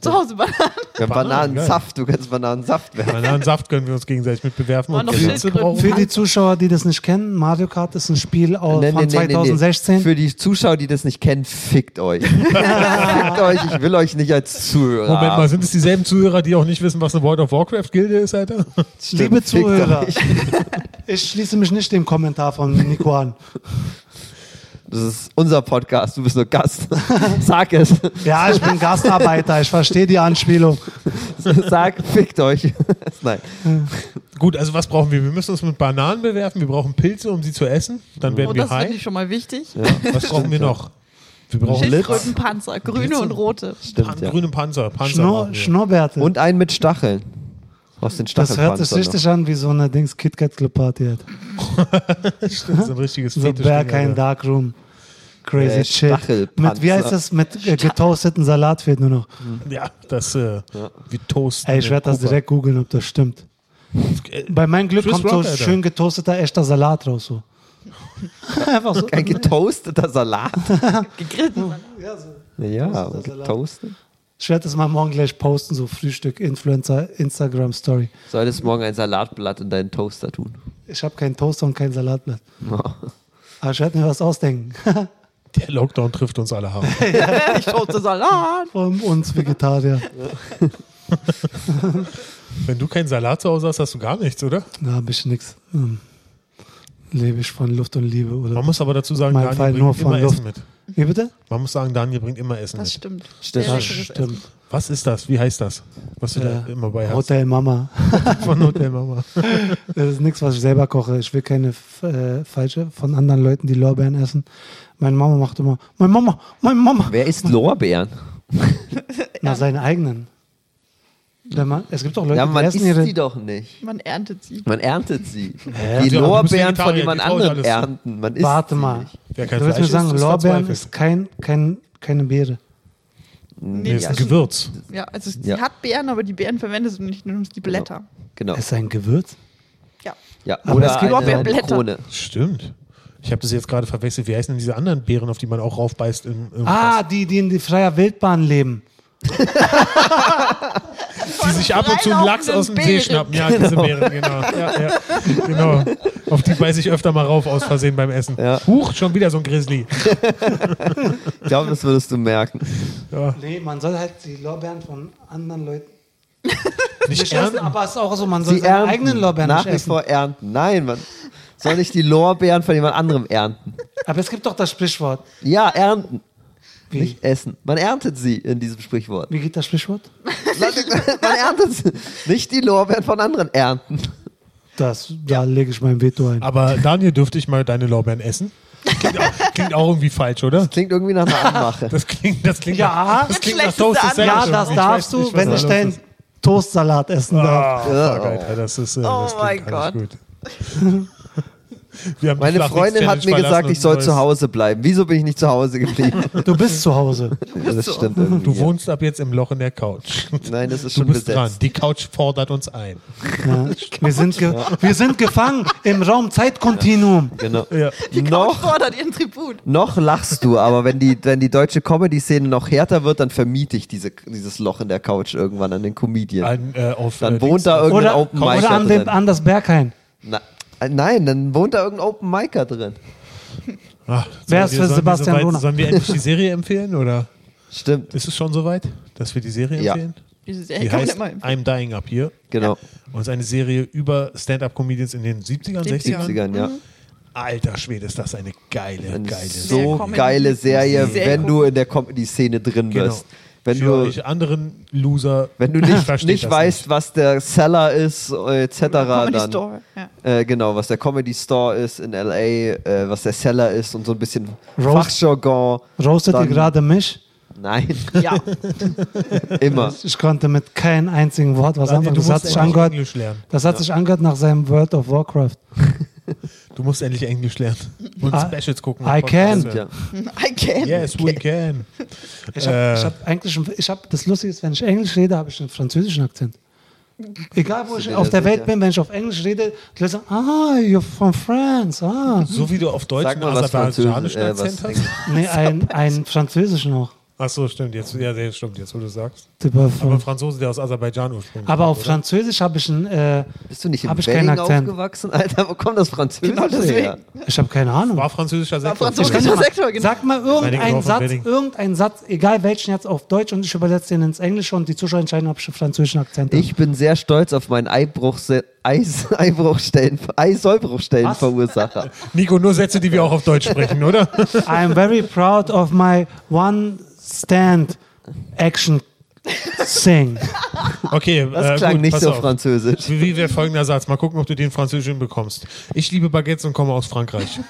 Speaker 1: Zu Hause bei
Speaker 3: Wir haben
Speaker 2: Bananen,
Speaker 3: Bananensaft, du kannst Bananensaft werden.
Speaker 2: Bananensaft können wir uns gegenseitig mitbewerfen.
Speaker 1: War noch
Speaker 2: Pilze
Speaker 1: Schildkröten.
Speaker 2: brauchen
Speaker 4: Für die Zuschauer, die das nicht kennen, Mario Kart ist ein Spiel aus,
Speaker 3: Oh Nee, nee,
Speaker 4: von
Speaker 3: nee, nee, nee.
Speaker 4: 2016.
Speaker 3: Für die Zuschauer, die das nicht kennen, fickt euch. fickt euch, ich will euch nicht als Zuhörer.
Speaker 2: Moment mal,
Speaker 3: haben.
Speaker 2: sind es dieselben Zuhörer, die auch nicht wissen, was eine World of Warcraft-Gilde ist, Alter?
Speaker 3: Stimmt,
Speaker 4: Liebe
Speaker 3: fickt
Speaker 4: Zuhörer.
Speaker 3: euch.
Speaker 4: Ich schließe mich nicht dem Kommentar von Nico an.
Speaker 3: Das ist unser Podcast, du bist nur Gast. Sag es.
Speaker 4: Ja, ich bin Gastarbeiter, ich verstehe die Anspielung.
Speaker 3: Sag, fickt euch. Nein.
Speaker 2: Gut, also was brauchen wir? Wir müssen uns mit Bananen bewerfen, wir brauchen Pilze, um sie zu essen, dann werden
Speaker 1: Oh,
Speaker 2: wir
Speaker 1: das finde
Speaker 2: high.
Speaker 1: ich schon mal wichtig.
Speaker 2: Was brauchen wir noch? Wir brauchen
Speaker 1: Schildkrötenpanzer, grüne und rote.
Speaker 2: Pan
Speaker 3: Stimmt, ja.
Speaker 2: grüne Panzer. Panzer
Speaker 4: Schnur,
Speaker 2: brauchen wir.
Speaker 4: Schnurrbärte.
Speaker 3: Und einen mit Stacheln. Aus den
Speaker 4: das hört sich
Speaker 3: Stachelpanzern.
Speaker 4: richtig an wie so eine Dings Kit Kat Club Party. Halt.
Speaker 2: Das ist ein richtiges
Speaker 4: So
Speaker 2: Fetischding,
Speaker 4: Bear kein
Speaker 2: Alter.
Speaker 4: Darkroom. Crazy
Speaker 3: Äh,
Speaker 4: shit.
Speaker 3: Stachelpanzer.
Speaker 4: Mit, wie heißt das? Mit äh, getoasteten Salat fehlt nur noch.
Speaker 2: Ja, das äh, wir toasten.
Speaker 4: Ey, ich werde das
Speaker 2: Kuchen.
Speaker 4: direkt googeln, ob das stimmt.
Speaker 2: Äh,
Speaker 4: Bei meinem Glück
Speaker 2: Chris
Speaker 4: kommt
Speaker 2: Rock,
Speaker 4: so
Speaker 2: Alter.
Speaker 4: schön getoasteter echter Salat raus. So. Einfach so.
Speaker 3: Ein getoasteter Salat.
Speaker 1: Gegrillten.
Speaker 4: Ja, so.
Speaker 3: Ja,
Speaker 4: Getoasteter Salat.
Speaker 3: getoastet.
Speaker 4: Ich werde das mal morgen gleich posten, so Frühstück, Influencer, Instagram Story.
Speaker 3: Solltest morgen ein Salatblatt in deinen Toaster tun.
Speaker 4: Ich habe keinen Toaster und kein Salatblatt. Aber ich werde mir was ausdenken.
Speaker 2: Der Lockdown trifft uns alle hart.
Speaker 1: Ich rote Salat.
Speaker 4: Von uns Vegetarier.
Speaker 2: Wenn du keinen Salat zu Hause hast, hast du gar nichts, oder?
Speaker 4: Na, ein bisschen nix. Hm. Lebe ich von Luft und Liebe,
Speaker 2: Man
Speaker 4: oder?
Speaker 2: muss aber dazu sagen,
Speaker 4: Mein
Speaker 2: Daniel
Speaker 4: Fall
Speaker 2: bringt
Speaker 4: nur
Speaker 2: immer
Speaker 4: von Luft.
Speaker 2: Essen mit.
Speaker 4: Wie bitte?
Speaker 2: Man muss sagen, Daniel bringt immer Essen
Speaker 1: Das
Speaker 2: mit.
Speaker 1: stimmt.
Speaker 3: Stimmt.
Speaker 1: Sehr
Speaker 3: Das
Speaker 1: leckeres
Speaker 4: Stimmt.
Speaker 2: Was ist das? Wie heißt das? Was du da
Speaker 4: Äh,
Speaker 2: immer bei hast?
Speaker 4: Hotel Mama.
Speaker 2: Von Hotel Mama.
Speaker 4: Das ist nichts, was ich selber koche. Ich will keine f- äh, falsche von anderen Leuten, die Lorbeeren essen. Meine Mama macht immer, meine Mama, meine Mama.
Speaker 3: Wer isst Lorbeeren?
Speaker 4: Na, seine eigenen. Wenn man, es gibt auch Leute,
Speaker 3: Ja, man
Speaker 4: die
Speaker 3: isst
Speaker 4: essen ihre.
Speaker 3: die doch nicht.
Speaker 1: Essen. Man erntet sie.
Speaker 3: Man erntet sie.
Speaker 2: Ja,
Speaker 3: Die
Speaker 2: du bist
Speaker 3: Lorbeeren
Speaker 2: Vegetarier,
Speaker 3: von jemand
Speaker 2: die Frau
Speaker 3: anderem
Speaker 2: ist alles-
Speaker 3: ernten. Man isst
Speaker 4: Warte
Speaker 3: sie
Speaker 4: mal.
Speaker 3: Nicht.
Speaker 2: Wer kein
Speaker 4: Du willst mir
Speaker 2: Fleisch
Speaker 4: sagen,
Speaker 2: isst, ist
Speaker 4: Lorbeeren
Speaker 2: verzweifelt.
Speaker 4: ist kein, kein, keine Beere.
Speaker 1: Nee,
Speaker 2: Nee, ist ein Gewürz.
Speaker 1: Ja, also sie
Speaker 3: Ja.
Speaker 1: hat Beeren, aber die Beeren verwendet sie nicht, du nimmst die Blätter.
Speaker 3: Genau.
Speaker 4: Ist ein Gewürz?
Speaker 1: Ja.
Speaker 3: Ja,
Speaker 4: Aber
Speaker 3: oder
Speaker 4: es gibt
Speaker 1: auch mehr
Speaker 3: eine
Speaker 1: Blätter.
Speaker 3: Krone.
Speaker 2: Stimmt. Ich habe das jetzt gerade verwechselt. Wie heißen denn diese anderen Beeren, auf die man auch raufbeißt? Im, im
Speaker 4: Ah, die, die in die freier Wildbahn leben.
Speaker 2: die sich ab und zu einen Lachs aus dem See
Speaker 1: Beeren.
Speaker 2: schnappen. Ja, diese Beeren, genau. Ja, ja. genau. Auf die beiße ich öfter mal rauf aus Versehen beim Essen.
Speaker 3: Ja.
Speaker 2: Huch, schon wieder so ein Grizzly.
Speaker 3: Ich glaube, das würdest du merken.
Speaker 2: Ja.
Speaker 4: Nee, man soll halt die Lorbeeren von anderen Leuten
Speaker 2: Nicht
Speaker 4: nicht essen,
Speaker 2: ernten.
Speaker 4: aber es ist auch so, man soll
Speaker 3: Sie
Speaker 4: seine
Speaker 3: ernten.
Speaker 4: eigenen Lorbeeren
Speaker 3: Nach
Speaker 4: nicht
Speaker 3: wie
Speaker 4: essen.
Speaker 3: vor ernten. Nein, man soll nicht die Lorbeeren von jemand anderem ernten.
Speaker 4: Aber es gibt doch das Sprichwort.
Speaker 3: Ja, ernten.
Speaker 4: Wie?
Speaker 3: Nicht essen. Man erntet sie in diesem Sprichwort.
Speaker 4: Wie geht das Sprichwort?
Speaker 3: Man erntet sie. Nicht die Lorbeeren von anderen ernten.
Speaker 4: Das, da lege ich mein Veto ein.
Speaker 2: Aber Daniel, dürfte ich mal deine Lorbeeren essen? Klingt auch, klingt auch irgendwie falsch, oder?
Speaker 3: Klingt irgendwie nach einer Anmache.
Speaker 2: Das klingt, das klingt
Speaker 4: Ja.
Speaker 2: nach, das klingt nach
Speaker 1: Schlechteste
Speaker 2: Toasted Sandwich
Speaker 4: ja,
Speaker 1: Anlage.
Speaker 2: irgendwie.
Speaker 4: das
Speaker 2: Ich weiß nicht,
Speaker 4: darfst du,
Speaker 2: was
Speaker 4: wenn
Speaker 2: da
Speaker 4: ich
Speaker 2: los
Speaker 4: deinen
Speaker 2: ist.
Speaker 4: Toastsalat essen darf.
Speaker 2: Ah, fuck, Alter, das ist, äh, das
Speaker 1: Oh
Speaker 2: klingt
Speaker 1: mein
Speaker 2: gar nicht gut. Wir haben die
Speaker 3: Meine
Speaker 2: Flachwitz-Challenge
Speaker 3: Freundin hat mir
Speaker 2: verlassen
Speaker 3: gesagt,
Speaker 2: und
Speaker 3: ich soll
Speaker 2: neues-
Speaker 3: zu Hause bleiben. Wieso bin ich nicht zu Hause geblieben?
Speaker 2: Ah.
Speaker 4: Du bist zu Hause.
Speaker 3: Das stimmt irgendwie.
Speaker 2: Du wohnst ab jetzt im Loch in der Couch.
Speaker 3: Nein, das ist
Speaker 2: Du
Speaker 3: schon
Speaker 2: bist
Speaker 3: besetzt.
Speaker 2: dran. Die Couch fordert uns ein.
Speaker 4: Ja. Wir, sind ge wir sind gefangen im Raum-Zeit-Kontinuum.
Speaker 3: Genau.
Speaker 2: Ja.
Speaker 1: Couch
Speaker 3: Noch,
Speaker 1: fordert ihren Tribut.
Speaker 3: noch lachst du, aber wenn die, wenn die deutsche Comedy-Szene noch härter wird, dann vermiete ich diese, dieses Loch in der Couch irgendwann an den Comedian.
Speaker 2: Ein, äh, auf,
Speaker 3: Dann
Speaker 2: äh,
Speaker 3: wohnt da
Speaker 2: Dings-
Speaker 3: irgendein
Speaker 4: Oder,
Speaker 3: Open Micer
Speaker 4: oder an,
Speaker 3: drin.
Speaker 4: dem, an das Berghain.
Speaker 3: Na, äh, nein, dann wohnt da irgendein Open Micer drin.
Speaker 2: Ach,
Speaker 4: Wer
Speaker 2: sollen
Speaker 4: ist
Speaker 2: wir-
Speaker 4: für
Speaker 2: sollen wir
Speaker 4: Sebastian
Speaker 2: soweit-
Speaker 4: Lohner?
Speaker 2: Sollen wir endlich die Serie empfehlen? Oder
Speaker 3: Stimmt,
Speaker 2: ist es schon soweit, dass wir die Serie
Speaker 3: Ja.
Speaker 2: empfehlen?
Speaker 1: Diese Serie
Speaker 2: Die
Speaker 1: kann man
Speaker 2: heißt
Speaker 1: immer empfehlen.
Speaker 2: I'm Dying Up Here.
Speaker 3: genau.
Speaker 2: Und es ist eine Serie über Stand-Up-Comedians in den 70ern,
Speaker 1: 70ern.
Speaker 2: 60ern.
Speaker 3: 70ern, ja.
Speaker 2: Alter Schwede, ist das eine geile,
Speaker 3: Eine
Speaker 2: geile
Speaker 3: so
Speaker 1: Serie.
Speaker 3: geile Serie,
Speaker 1: Sehr
Speaker 3: wenn
Speaker 1: cool.
Speaker 3: du in der Comedy-Szene drin
Speaker 2: Genau.
Speaker 3: bist. Wenn
Speaker 2: Für
Speaker 3: du,
Speaker 2: euch anderen Loser.
Speaker 3: wenn du nicht,
Speaker 2: versteht
Speaker 3: nicht
Speaker 2: das
Speaker 3: weißt, was der Seller ist, äh, etc.,
Speaker 1: Comedy
Speaker 3: dann.
Speaker 1: Store. Ja.
Speaker 3: Äh, genau, was der Comedy Store ist in LA, äh, was der Seller ist und so ein bisschen
Speaker 4: Roast-
Speaker 3: Fachjargon.
Speaker 4: Roastet ihr
Speaker 3: Dann-
Speaker 4: gerade mich?
Speaker 3: Nein,
Speaker 1: ja.
Speaker 3: immer.
Speaker 4: Ich konnte mit keinem einzigen Wort was
Speaker 2: Daniel,
Speaker 4: anfangen.
Speaker 2: du
Speaker 4: Das hat
Speaker 2: musst
Speaker 4: sich
Speaker 2: endlich
Speaker 4: angehört.
Speaker 2: Englisch lernen.
Speaker 4: Das hat sich angehört nach seinem World of Warcraft.
Speaker 2: Du musst endlich Englisch lernen. Und
Speaker 4: I-
Speaker 2: Specials gucken.
Speaker 4: Ah, I can.
Speaker 3: Ja.
Speaker 1: I can.
Speaker 2: Yes, we can.
Speaker 4: Ich habe
Speaker 2: Äh.
Speaker 4: hab eigentlich, schon- ich hab, das Lustige ist, wenn ich Englisch rede, habe ich einen französischen Akzent. Egal, wo
Speaker 3: Bist
Speaker 4: ich
Speaker 3: du dir
Speaker 4: auf
Speaker 3: da
Speaker 4: der Welt
Speaker 3: sicher?
Speaker 4: bin, wenn ich auf Englisch rede, die Leute sagen, ah, you're from France, ah.
Speaker 2: So wie du auf Deutsch
Speaker 3: Sag
Speaker 2: einen
Speaker 3: mal was Französisch.
Speaker 2: aserbaidschanischen
Speaker 3: Äh, was
Speaker 2: Akzent hast.
Speaker 3: Englisch.
Speaker 4: Nee, ein, ein französischen noch.
Speaker 2: Ach so, stimmt. Jetzt, ja, nee, stimmt, jetzt wo du sagst.
Speaker 4: Typ
Speaker 2: Aber ein
Speaker 4: von-
Speaker 2: Franzose, der aus Aserbaidschan ursprünglich
Speaker 4: Mhm. Aber
Speaker 2: kommt,
Speaker 4: auf
Speaker 2: oder?
Speaker 4: Französisch habe ich einen, äh,
Speaker 3: Bist du nicht im
Speaker 4: Hab ich keinen
Speaker 3: Belling
Speaker 4: Akzent.
Speaker 3: aufgewachsen? Alter, wo kommt das Französisch
Speaker 1: Genau deswegen.
Speaker 3: her?
Speaker 4: ich habe keine Ahnung.
Speaker 2: War französischer Sektor.
Speaker 1: französischer
Speaker 2: Vielleicht.
Speaker 1: Sektor. Sektor, genau.
Speaker 4: Sag mal
Speaker 2: Reinigen
Speaker 4: irgendeinen
Speaker 2: wir
Speaker 4: Satz,
Speaker 2: von Wedding.
Speaker 4: irgendeinen Satz, egal welchen jetzt auf Deutsch und ich übersetze den ins Englische und die Zuschauer entscheiden, ob ich einen französischen Akzent habe.
Speaker 3: Ich bin sehr stolz auf meinen Eibruch, Eis, Eibruchstellen, Eisäubruchstellenverursacher.
Speaker 2: Nico, nur Sätze, die wir auch auf Deutsch sprechen, oder?
Speaker 4: I'm very proud of my one stand action thing.
Speaker 2: Okay,
Speaker 3: Das
Speaker 2: äh,
Speaker 3: klang
Speaker 2: gut,
Speaker 3: nicht
Speaker 2: pass
Speaker 3: so
Speaker 2: auf.
Speaker 3: französisch.
Speaker 2: Wie wäre folgender Satz? Mal gucken, ob du den französischen bekommst. Ich liebe Baguettes und komme aus Frankreich.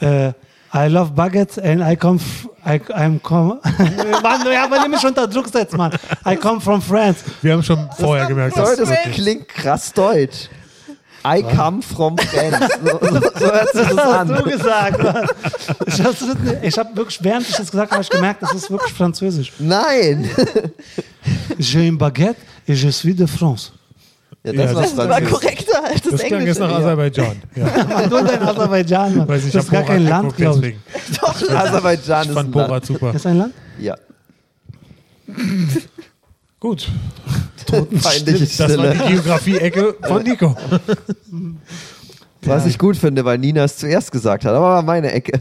Speaker 4: Äh, I love baguettes and I come f I, I'm come Mann, ja, weil ihr mich unter Druck setzt, Mann. I come from France.
Speaker 2: Wir haben schon vorher gemerkt,
Speaker 3: Leute,
Speaker 2: dass
Speaker 3: das klingt krass deutsch. I come from France. So, so, so hört sich das
Speaker 4: Hast du
Speaker 3: an.
Speaker 4: gesagt, Mann. Ich habe hab wirklich, während ich das gesagt habe, hab ich gemerkt, das ist wirklich französisch.
Speaker 3: Nein.
Speaker 4: J'ai une baguette et je suis de France.
Speaker 3: Ja,
Speaker 2: Ja,
Speaker 3: das war
Speaker 2: das
Speaker 1: Das war
Speaker 3: französisch.
Speaker 1: korrekter als das,
Speaker 2: das klang jetzt
Speaker 1: Englische.
Speaker 2: nach Aserbaidschan. Ja.
Speaker 4: Mann, Ah, du und dein Aserbaidschan, Mann.
Speaker 2: Weiß
Speaker 4: Das
Speaker 2: nicht,
Speaker 4: ist
Speaker 2: ich
Speaker 4: gar
Speaker 2: habe
Speaker 4: kein Land, glaube ich.
Speaker 2: deswegen.
Speaker 1: Doch,
Speaker 3: Aserbaidschan
Speaker 2: Ich
Speaker 3: ist ein
Speaker 2: fand
Speaker 3: Land.
Speaker 2: Borat super.
Speaker 4: Das ist ein Land?
Speaker 3: Ja.
Speaker 2: Gut,
Speaker 3: Feindliche
Speaker 2: das war
Speaker 3: Stille.
Speaker 2: die Geografie-Ecke von Nico.
Speaker 3: Was ich gut finde, weil Nina es zuerst gesagt hat. Aber war meine Ecke.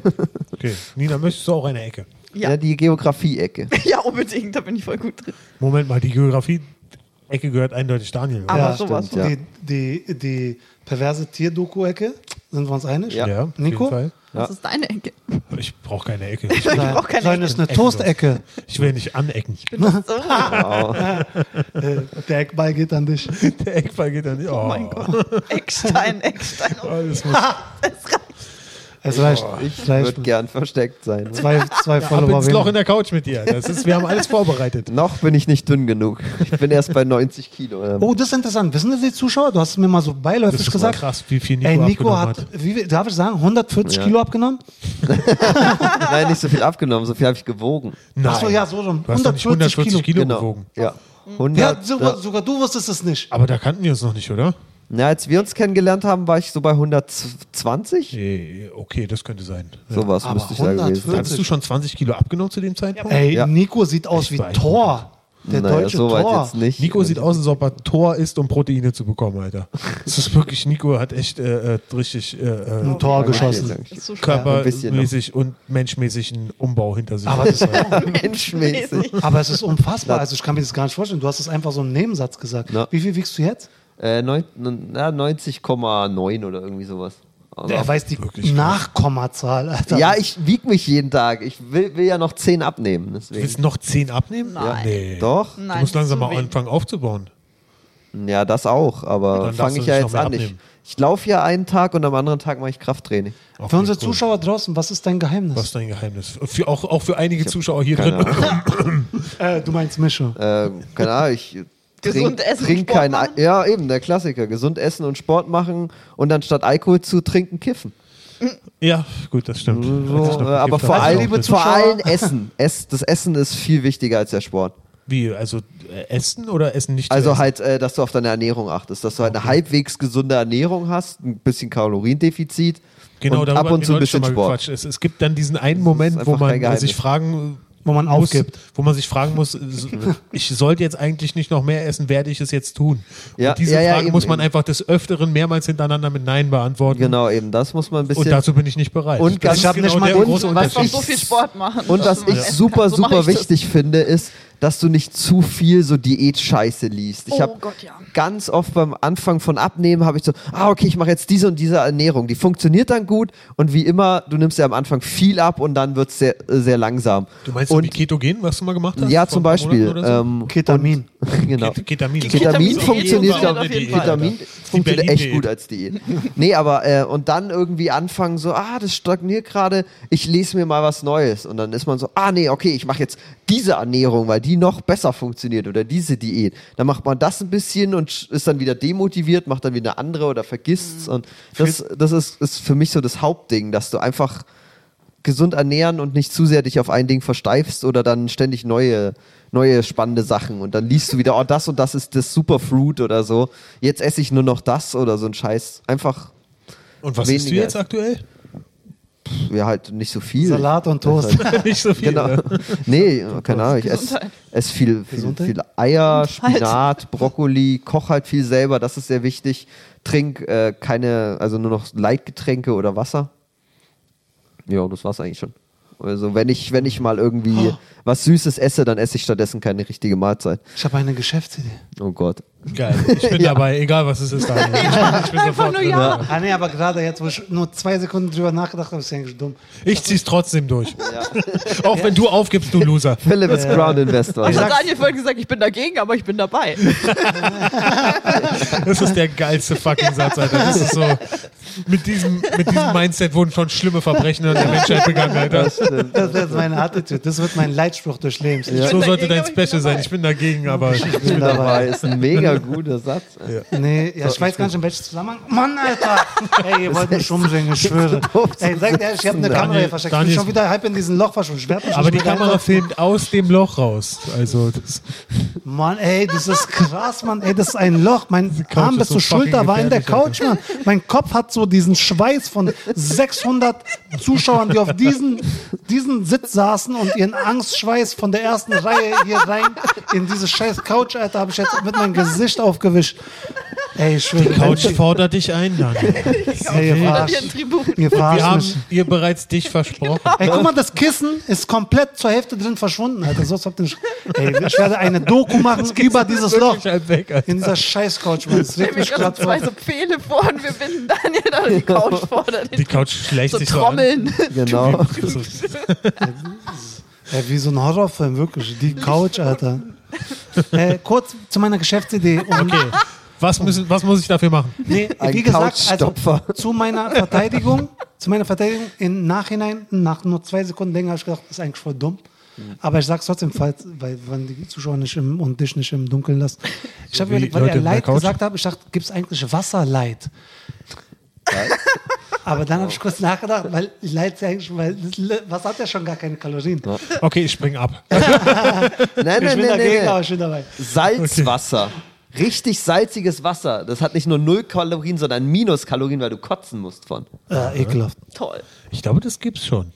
Speaker 2: Okay, Nina, möchtest du auch eine Ecke?
Speaker 3: Ja,
Speaker 1: ja.
Speaker 3: die Geografie-Ecke.
Speaker 1: ja, unbedingt, da bin ich voll gut drin.
Speaker 2: Moment mal, die Geografie-Ecke gehört eindeutig Daniel. oder?
Speaker 1: Aber
Speaker 4: Ja,
Speaker 1: sowas.
Speaker 3: stimmt, ja.
Speaker 4: Also Die, die, die perverse Tierdoku-Ecke, sind wir uns einig?
Speaker 3: Ja.
Speaker 2: auf
Speaker 4: Ah, Nico?
Speaker 2: jeden
Speaker 1: Das ist deine Ecke.
Speaker 2: Fall. Ich brauche keine Ecke.
Speaker 1: Ich
Speaker 2: Ich-
Speaker 1: brauche keine
Speaker 4: Sondern
Speaker 1: Ecke.
Speaker 4: es ist eine
Speaker 2: Eckenlos.
Speaker 4: Toastecke.
Speaker 2: Ich will nicht anecken.
Speaker 1: So,
Speaker 3: Wow.
Speaker 4: Äh, Der Eckball geht an dich.
Speaker 2: Der Eckball geht dann nicht. Oh,
Speaker 1: oh mein Gott. Eckstein, Eckstein.
Speaker 2: Oh, das muss ab
Speaker 4: Es reicht.
Speaker 3: Ich
Speaker 4: reicht.
Speaker 3: würde gern versteckt sein.
Speaker 4: Zwei, zwei Follower
Speaker 2: ins Loch in
Speaker 4: weniger.
Speaker 2: der Couch mit dir. Das ist, wir haben alles vorbereitet.
Speaker 3: Noch bin ich nicht dünn genug. Ich bin erst bei 90 Kilo. Ähm,
Speaker 4: Oh, das ist interessant. Wissen das die Zuschauer? Du hast es mir mal so beiläufig
Speaker 2: Das ist
Speaker 4: gesagt.
Speaker 2: krass, wie viel Nico,
Speaker 4: Ey, Nico
Speaker 2: abgenommen
Speaker 4: hat, wie, viel- darf ich sagen, 140
Speaker 3: Ja.
Speaker 4: Kilo abgenommen?
Speaker 3: Nein, nicht so viel abgenommen, so viel habe ich gewogen.
Speaker 2: Nein.
Speaker 4: Achso, ja, so schon.
Speaker 2: Du hast doch nicht
Speaker 4: 140
Speaker 2: 140 Kilo,
Speaker 4: Kilo.
Speaker 3: genau.
Speaker 2: gewogen.
Speaker 3: Ja. 100,
Speaker 4: Ja, sogar,
Speaker 3: ja.
Speaker 4: sogar du wusstest es nicht.
Speaker 2: Aber da kannten wir uns noch nicht, oder?
Speaker 3: Na, als wir uns kennengelernt haben, war ich so bei 120.
Speaker 2: Eh, Okay, das könnte sein. Ja.
Speaker 3: Sowas
Speaker 4: Aber
Speaker 3: müsste ich da gewesen sein.
Speaker 4: 140.
Speaker 2: Hattest du schon 20 Kilo abgenommen zu dem Zeitpunkt?
Speaker 4: Ey,
Speaker 3: Ja.
Speaker 4: Nico sieht aus wie
Speaker 2: beeindruckend.
Speaker 4: Thor. Der
Speaker 3: Naja,
Speaker 4: deutsche
Speaker 3: so weit
Speaker 4: Thor.
Speaker 3: jetzt nicht.
Speaker 2: Nico sieht aus, als ob er Tor ist, um Proteine zu bekommen, Alter. Das ist wirklich, Nico hat echt äh, äh, richtig äh,
Speaker 4: Ein
Speaker 2: äh,
Speaker 4: Tor
Speaker 3: Ja,
Speaker 4: geschossen.
Speaker 3: danke.
Speaker 1: Ist so schwer.
Speaker 3: ein bisschen
Speaker 2: körpermäßig und menschmäßig einen Umbau hinter sich.
Speaker 4: Aber das ist
Speaker 3: Menschmäßig.
Speaker 4: Aber es ist unfassbar. Also ich kann mir das gar nicht vorstellen. Du hast es einfach so im Nebensatz gesagt.
Speaker 3: Ja.
Speaker 4: Wie viel wiegst du jetzt?
Speaker 3: Äh, neun- na, 90,9 oder irgendwie sowas. Aber-
Speaker 4: Der weiß die
Speaker 2: wirklich krass.
Speaker 4: Nachkommazahl, Alter.
Speaker 3: ja, ich wiege mich jeden Tag. Ich will, will ja noch 10 abnehmen.
Speaker 2: du
Speaker 3: Deswegen.
Speaker 2: willst noch 10 abnehmen?
Speaker 1: Nein.
Speaker 2: Nee.
Speaker 3: Doch.
Speaker 2: Du
Speaker 1: Nein,
Speaker 2: musst langsam
Speaker 1: zu
Speaker 2: mal
Speaker 1: wenig.
Speaker 2: anfangen aufzubauen.
Speaker 3: Ja, das auch. Aber
Speaker 2: Dann darfst
Speaker 3: fange ich
Speaker 2: du
Speaker 3: ja
Speaker 2: nicht noch
Speaker 3: jetzt
Speaker 2: mehr
Speaker 3: an. Ich,
Speaker 2: abnehmen.
Speaker 3: ich laufe ja einen Tag und am anderen Tag mache ich Krafttraining.
Speaker 2: Okay,
Speaker 4: Für unsere
Speaker 2: cool.
Speaker 4: Zuschauer draußen, was ist dein Geheimnis?
Speaker 2: Was ist dein Geheimnis? Für, auch, auch für einige Zuschauer hier
Speaker 3: Keine
Speaker 2: drin.
Speaker 3: Ahnung.
Speaker 4: Äh, du meinst Mische.
Speaker 3: äh, keine Ahnung ich
Speaker 1: Gesund essen und
Speaker 3: trink
Speaker 1: Sport
Speaker 3: kein Al-
Speaker 1: machen?
Speaker 3: Ja, eben, der Klassiker. Gesund essen und Sport machen und dann statt Alkohol zu trinken, kiffen.
Speaker 2: Ja, gut, das stimmt. Hätte ich
Speaker 3: So,
Speaker 2: noch
Speaker 3: äh, aber
Speaker 2: gekifft,
Speaker 3: vor
Speaker 2: hätte ich
Speaker 3: allem,
Speaker 2: auch
Speaker 4: liebe
Speaker 2: nicht.
Speaker 4: Zuschauer-
Speaker 3: vor allem Essen. Es, das Essen ist viel wichtiger als der Sport.
Speaker 2: Wie, also äh, essen oder essen nicht? zu
Speaker 3: Also
Speaker 2: essen?
Speaker 3: halt, äh, dass du auf deine Ernährung achtest, dass du halt eine halbwegs gesunde Ernährung hast, ein bisschen Kaloriendefizit
Speaker 2: Genau,
Speaker 3: und
Speaker 2: darüber
Speaker 3: ab
Speaker 2: hatten
Speaker 3: und
Speaker 2: wir
Speaker 3: zu ein
Speaker 2: neulich schon
Speaker 3: bisschen
Speaker 2: mal
Speaker 3: Sport.
Speaker 2: gequatscht. Es, es gibt dann diesen einen Moment,
Speaker 3: einfach
Speaker 2: wo
Speaker 3: kein
Speaker 2: man
Speaker 3: Geheimnis.
Speaker 2: sich fragen
Speaker 4: Wo man
Speaker 2: muss,
Speaker 4: aufgibt.
Speaker 2: wo man sich fragen muss, ich sollte jetzt eigentlich nicht noch mehr essen, werde ich es jetzt tun?
Speaker 3: Ja,
Speaker 2: und diese
Speaker 3: ja, ja,
Speaker 2: Fragen
Speaker 3: eben,
Speaker 2: muss man
Speaker 3: eben.
Speaker 2: einfach des Öfteren mehrmals hintereinander mit Nein beantworten.
Speaker 3: Genau, eben, das muss man ein
Speaker 2: Mhm. Und
Speaker 3: bisschen.
Speaker 2: dazu bin ich nicht bereit.
Speaker 3: Und ganz-
Speaker 2: das genau
Speaker 4: Ich hab nicht mal-
Speaker 2: der
Speaker 3: und
Speaker 2: große
Speaker 3: was
Speaker 1: Weißt du,
Speaker 2: Unterschied.
Speaker 1: man muss so viel Sport machen.
Speaker 3: Und was
Speaker 1: dass man
Speaker 3: ich
Speaker 1: essen Also kann.
Speaker 3: super,
Speaker 1: So mach
Speaker 3: super
Speaker 1: ich das.
Speaker 3: wichtig finde, ist, dass du nicht zu viel so Diät-Scheiße liest. Ich
Speaker 1: Oh
Speaker 3: habe
Speaker 1: Gott, ja.
Speaker 3: ganz oft beim Anfang von Abnehmen habe ich so, ah okay, ich mache jetzt diese und diese Ernährung. Die funktioniert dann gut und wie immer, du nimmst ja am Anfang viel ab und dann wird's sehr, äh, sehr langsam.
Speaker 2: Du meinst
Speaker 3: und
Speaker 2: wie Ketogen, was du mal gemacht hast?
Speaker 3: ja,
Speaker 2: Vor
Speaker 3: zum
Speaker 2: ein paar Monaten
Speaker 3: Beispiel.
Speaker 2: oder so?
Speaker 3: Ähm,
Speaker 4: Ketamin.
Speaker 3: genau.
Speaker 2: Ket- Ketamin.
Speaker 3: Ketamin
Speaker 1: Ketamin
Speaker 3: funktioniert,
Speaker 1: funktioniert
Speaker 3: glaube
Speaker 1: auf
Speaker 3: ich.
Speaker 1: jeden Fall.
Speaker 3: Ketamin
Speaker 2: Die
Speaker 3: funktioniert echt
Speaker 2: Berlin-Diät.
Speaker 3: gut als Diät. Nee, aber äh, und dann irgendwie anfangen so, ah, das stagniert gerade, ich lese mir mal was Neues. Und dann ist man so, ah nee, okay, ich mache jetzt diese Ernährung, weil die noch besser funktioniert oder diese Diät. Dann macht man das ein bisschen und sch- ist dann wieder demotiviert, macht dann wieder eine andere oder vergisst's.
Speaker 2: Mhm.
Speaker 3: Und das, das ist, ist für mich so das Hauptding, dass du einfach gesund ernähren und nicht zu sehr dich auf ein Ding versteifst oder dann ständig neue, neue spannende Sachen und dann liest du wieder, oh, das und das ist das Superfruit oder so. Jetzt esse ich nur noch das oder so ein Scheiß. Einfach,
Speaker 2: Und was isst du
Speaker 3: weniger
Speaker 2: jetzt
Speaker 3: essen.
Speaker 2: aktuell?
Speaker 3: pff, ja, halt nicht so viel.
Speaker 4: Salat und Toast.
Speaker 2: nicht so viel.
Speaker 3: Genau.
Speaker 2: ne?
Speaker 3: Nee, keine Ahnung, ich esse,
Speaker 1: Gesundheit. Halt.
Speaker 3: esse viel, viel,
Speaker 4: Gesundheit?
Speaker 3: viel Eier, Spinat, Brokkoli, koch halt viel selber, das ist sehr wichtig. Trink äh, keine, also nur noch Leitgetränke oder Wasser. Ja, das war's eigentlich schon. Also wenn ich, wenn ich mal irgendwie
Speaker 1: Oh.
Speaker 3: was Süßes esse, dann esse ich stattdessen keine richtige Mahlzeit.
Speaker 4: Ich habe eine Geschäftsidee.
Speaker 3: Oh Gott.
Speaker 2: Geil. Ich bin dabei, egal was es ist. Daniel. Ich bin, ich bin
Speaker 1: Einfach
Speaker 2: sofort
Speaker 1: nur
Speaker 2: drin.
Speaker 1: ja.
Speaker 4: Ah nee, aber gerade jetzt, wo ich nur zwei Sekunden drüber nachgedacht habe, ist ja eigentlich dumm.
Speaker 2: Ich zieh's trotzdem durch. Auch wenn du aufgibst, du Loser.
Speaker 3: Philipp ist Ground Investor.
Speaker 1: Ich
Speaker 4: Ja.
Speaker 1: habe Daniel vorhin gesagt, ich bin dagegen, aber ich bin dabei.
Speaker 2: Das ist der geilste fucking Satz, Alter. Das ist so. Mit diesem, mit diesem Mindset wurden schon schlimme Verbrechen an der Menschheit begangen, Alter.
Speaker 3: Das stimmt.
Speaker 4: Das wird meine Attitude. Das wird mein Leitspruch des Lebens.
Speaker 1: Ich
Speaker 2: So
Speaker 1: bin
Speaker 2: sollte dein
Speaker 1: dagegen, aber ich bin
Speaker 2: Special sein.
Speaker 1: dabei.
Speaker 2: Ich bin dagegen, aber.
Speaker 3: Ich bin dabei. Ist ein mega guter Satz.
Speaker 4: Nee, ja, ich weiß gar nicht, in welchem Zusammenhang. Mann, Alter! Ey, ihr wollt mich umbringen, ich schwöre. Ey, sagt er, ich habe eine Kamera hier versteckt. Ich bin
Speaker 2: Daniel-
Speaker 4: schon wieder halb in diesem Loch verschwunden. Ich werd mich
Speaker 2: Aber
Speaker 4: nicht
Speaker 2: die
Speaker 4: wieder
Speaker 2: Kamera
Speaker 4: einsetzen.
Speaker 2: filmt aus dem Loch raus. Also, das,
Speaker 4: Mann, ey, das ist krass, Mann. Ey, das ist ein Loch. Mein
Speaker 2: Couch
Speaker 4: Arm
Speaker 2: ist
Speaker 4: bis
Speaker 2: so
Speaker 4: zur Schulter
Speaker 2: fucking
Speaker 4: war in der
Speaker 2: gefährlich,
Speaker 4: Couch, Mann. Mein Kopf hat so diesen Schweiß von 600 Zuschauern, die auf diesen, diesen Sitz saßen und ihren Angstschweiß von der ersten Reihe hier rein in diese scheiß Couch, Alter, habe ich jetzt mit meinem Gesicht aufgewischt. Ey, ich schwöre.
Speaker 2: die Couch fordert dich ein, Daniel.
Speaker 4: Ey, ihr
Speaker 1: Oder
Speaker 4: verarscht,
Speaker 1: wie ein Tribut.
Speaker 4: ihr
Speaker 2: Wir
Speaker 4: verarscht mich.
Speaker 2: haben dir bereits dich
Speaker 3: Genau.
Speaker 2: versprochen.
Speaker 4: Ey, guck mal, das Kissen ist komplett zur Hälfte drin verschwunden, Alter. So, als ob den- Ey, ich werde eine Doku machen über dieses Loch.
Speaker 2: Wirklich halb weg, Alter.
Speaker 4: In dieser scheiß Couch, Mann. Das regt
Speaker 1: Wir
Speaker 4: mich
Speaker 1: haben
Speaker 4: gerade
Speaker 1: zwei
Speaker 4: vor.
Speaker 1: so Pfähle vor und wir binden Daniel da die Couch vor. Dann
Speaker 2: Die Couch schleicht
Speaker 1: so
Speaker 2: sich so an.
Speaker 1: Trommeln.
Speaker 3: Genau.
Speaker 4: Ey, wie so ein Horrorfilm, wirklich. Die Couch, Alter. Äh, kurz zu meiner Geschäftsidee. Um,
Speaker 2: Okay. Was, müssen, was muss ich dafür machen?
Speaker 4: nee,
Speaker 3: Ein
Speaker 4: wie gesagt, also
Speaker 3: Couchstopfer.
Speaker 4: zu meiner Verteidigung, zu meiner Verteidigung im Nachhinein, nach nur zwei Sekunden länger, habe ich gedacht, das ist eigentlich voll dumm. Aber ich sag's trotzdem, falls, weil wenn die Zuschauer nicht im, und dich nicht im Dunkeln lassen. Ich habe
Speaker 2: wie
Speaker 4: überlegt, weil
Speaker 2: Leute
Speaker 4: er
Speaker 2: in der
Speaker 4: Leid
Speaker 2: Couch.
Speaker 4: gesagt hat, ich dachte, gibt's eigentlich Wasserleid? Aber dann habe ich kurz nachgedacht, weil ich leid ja eigentlich, weil das Le- was hat ja schon gar keine Kalorien.
Speaker 2: Okay, ich spring ab.
Speaker 3: Nein,
Speaker 4: Ich
Speaker 3: nein,
Speaker 4: bin
Speaker 3: nein, nein,
Speaker 4: dagegen, aber äh,
Speaker 3: nein.
Speaker 4: ich bin dabei.
Speaker 3: Salzwasser. Richtig salziges Wasser. Das hat nicht nur null Kalorien, sondern Minuskalorien, weil du kotzen musst von.
Speaker 4: Äh, ekelhaft.
Speaker 1: Toll.
Speaker 2: Ich glaube, das gibt's schon.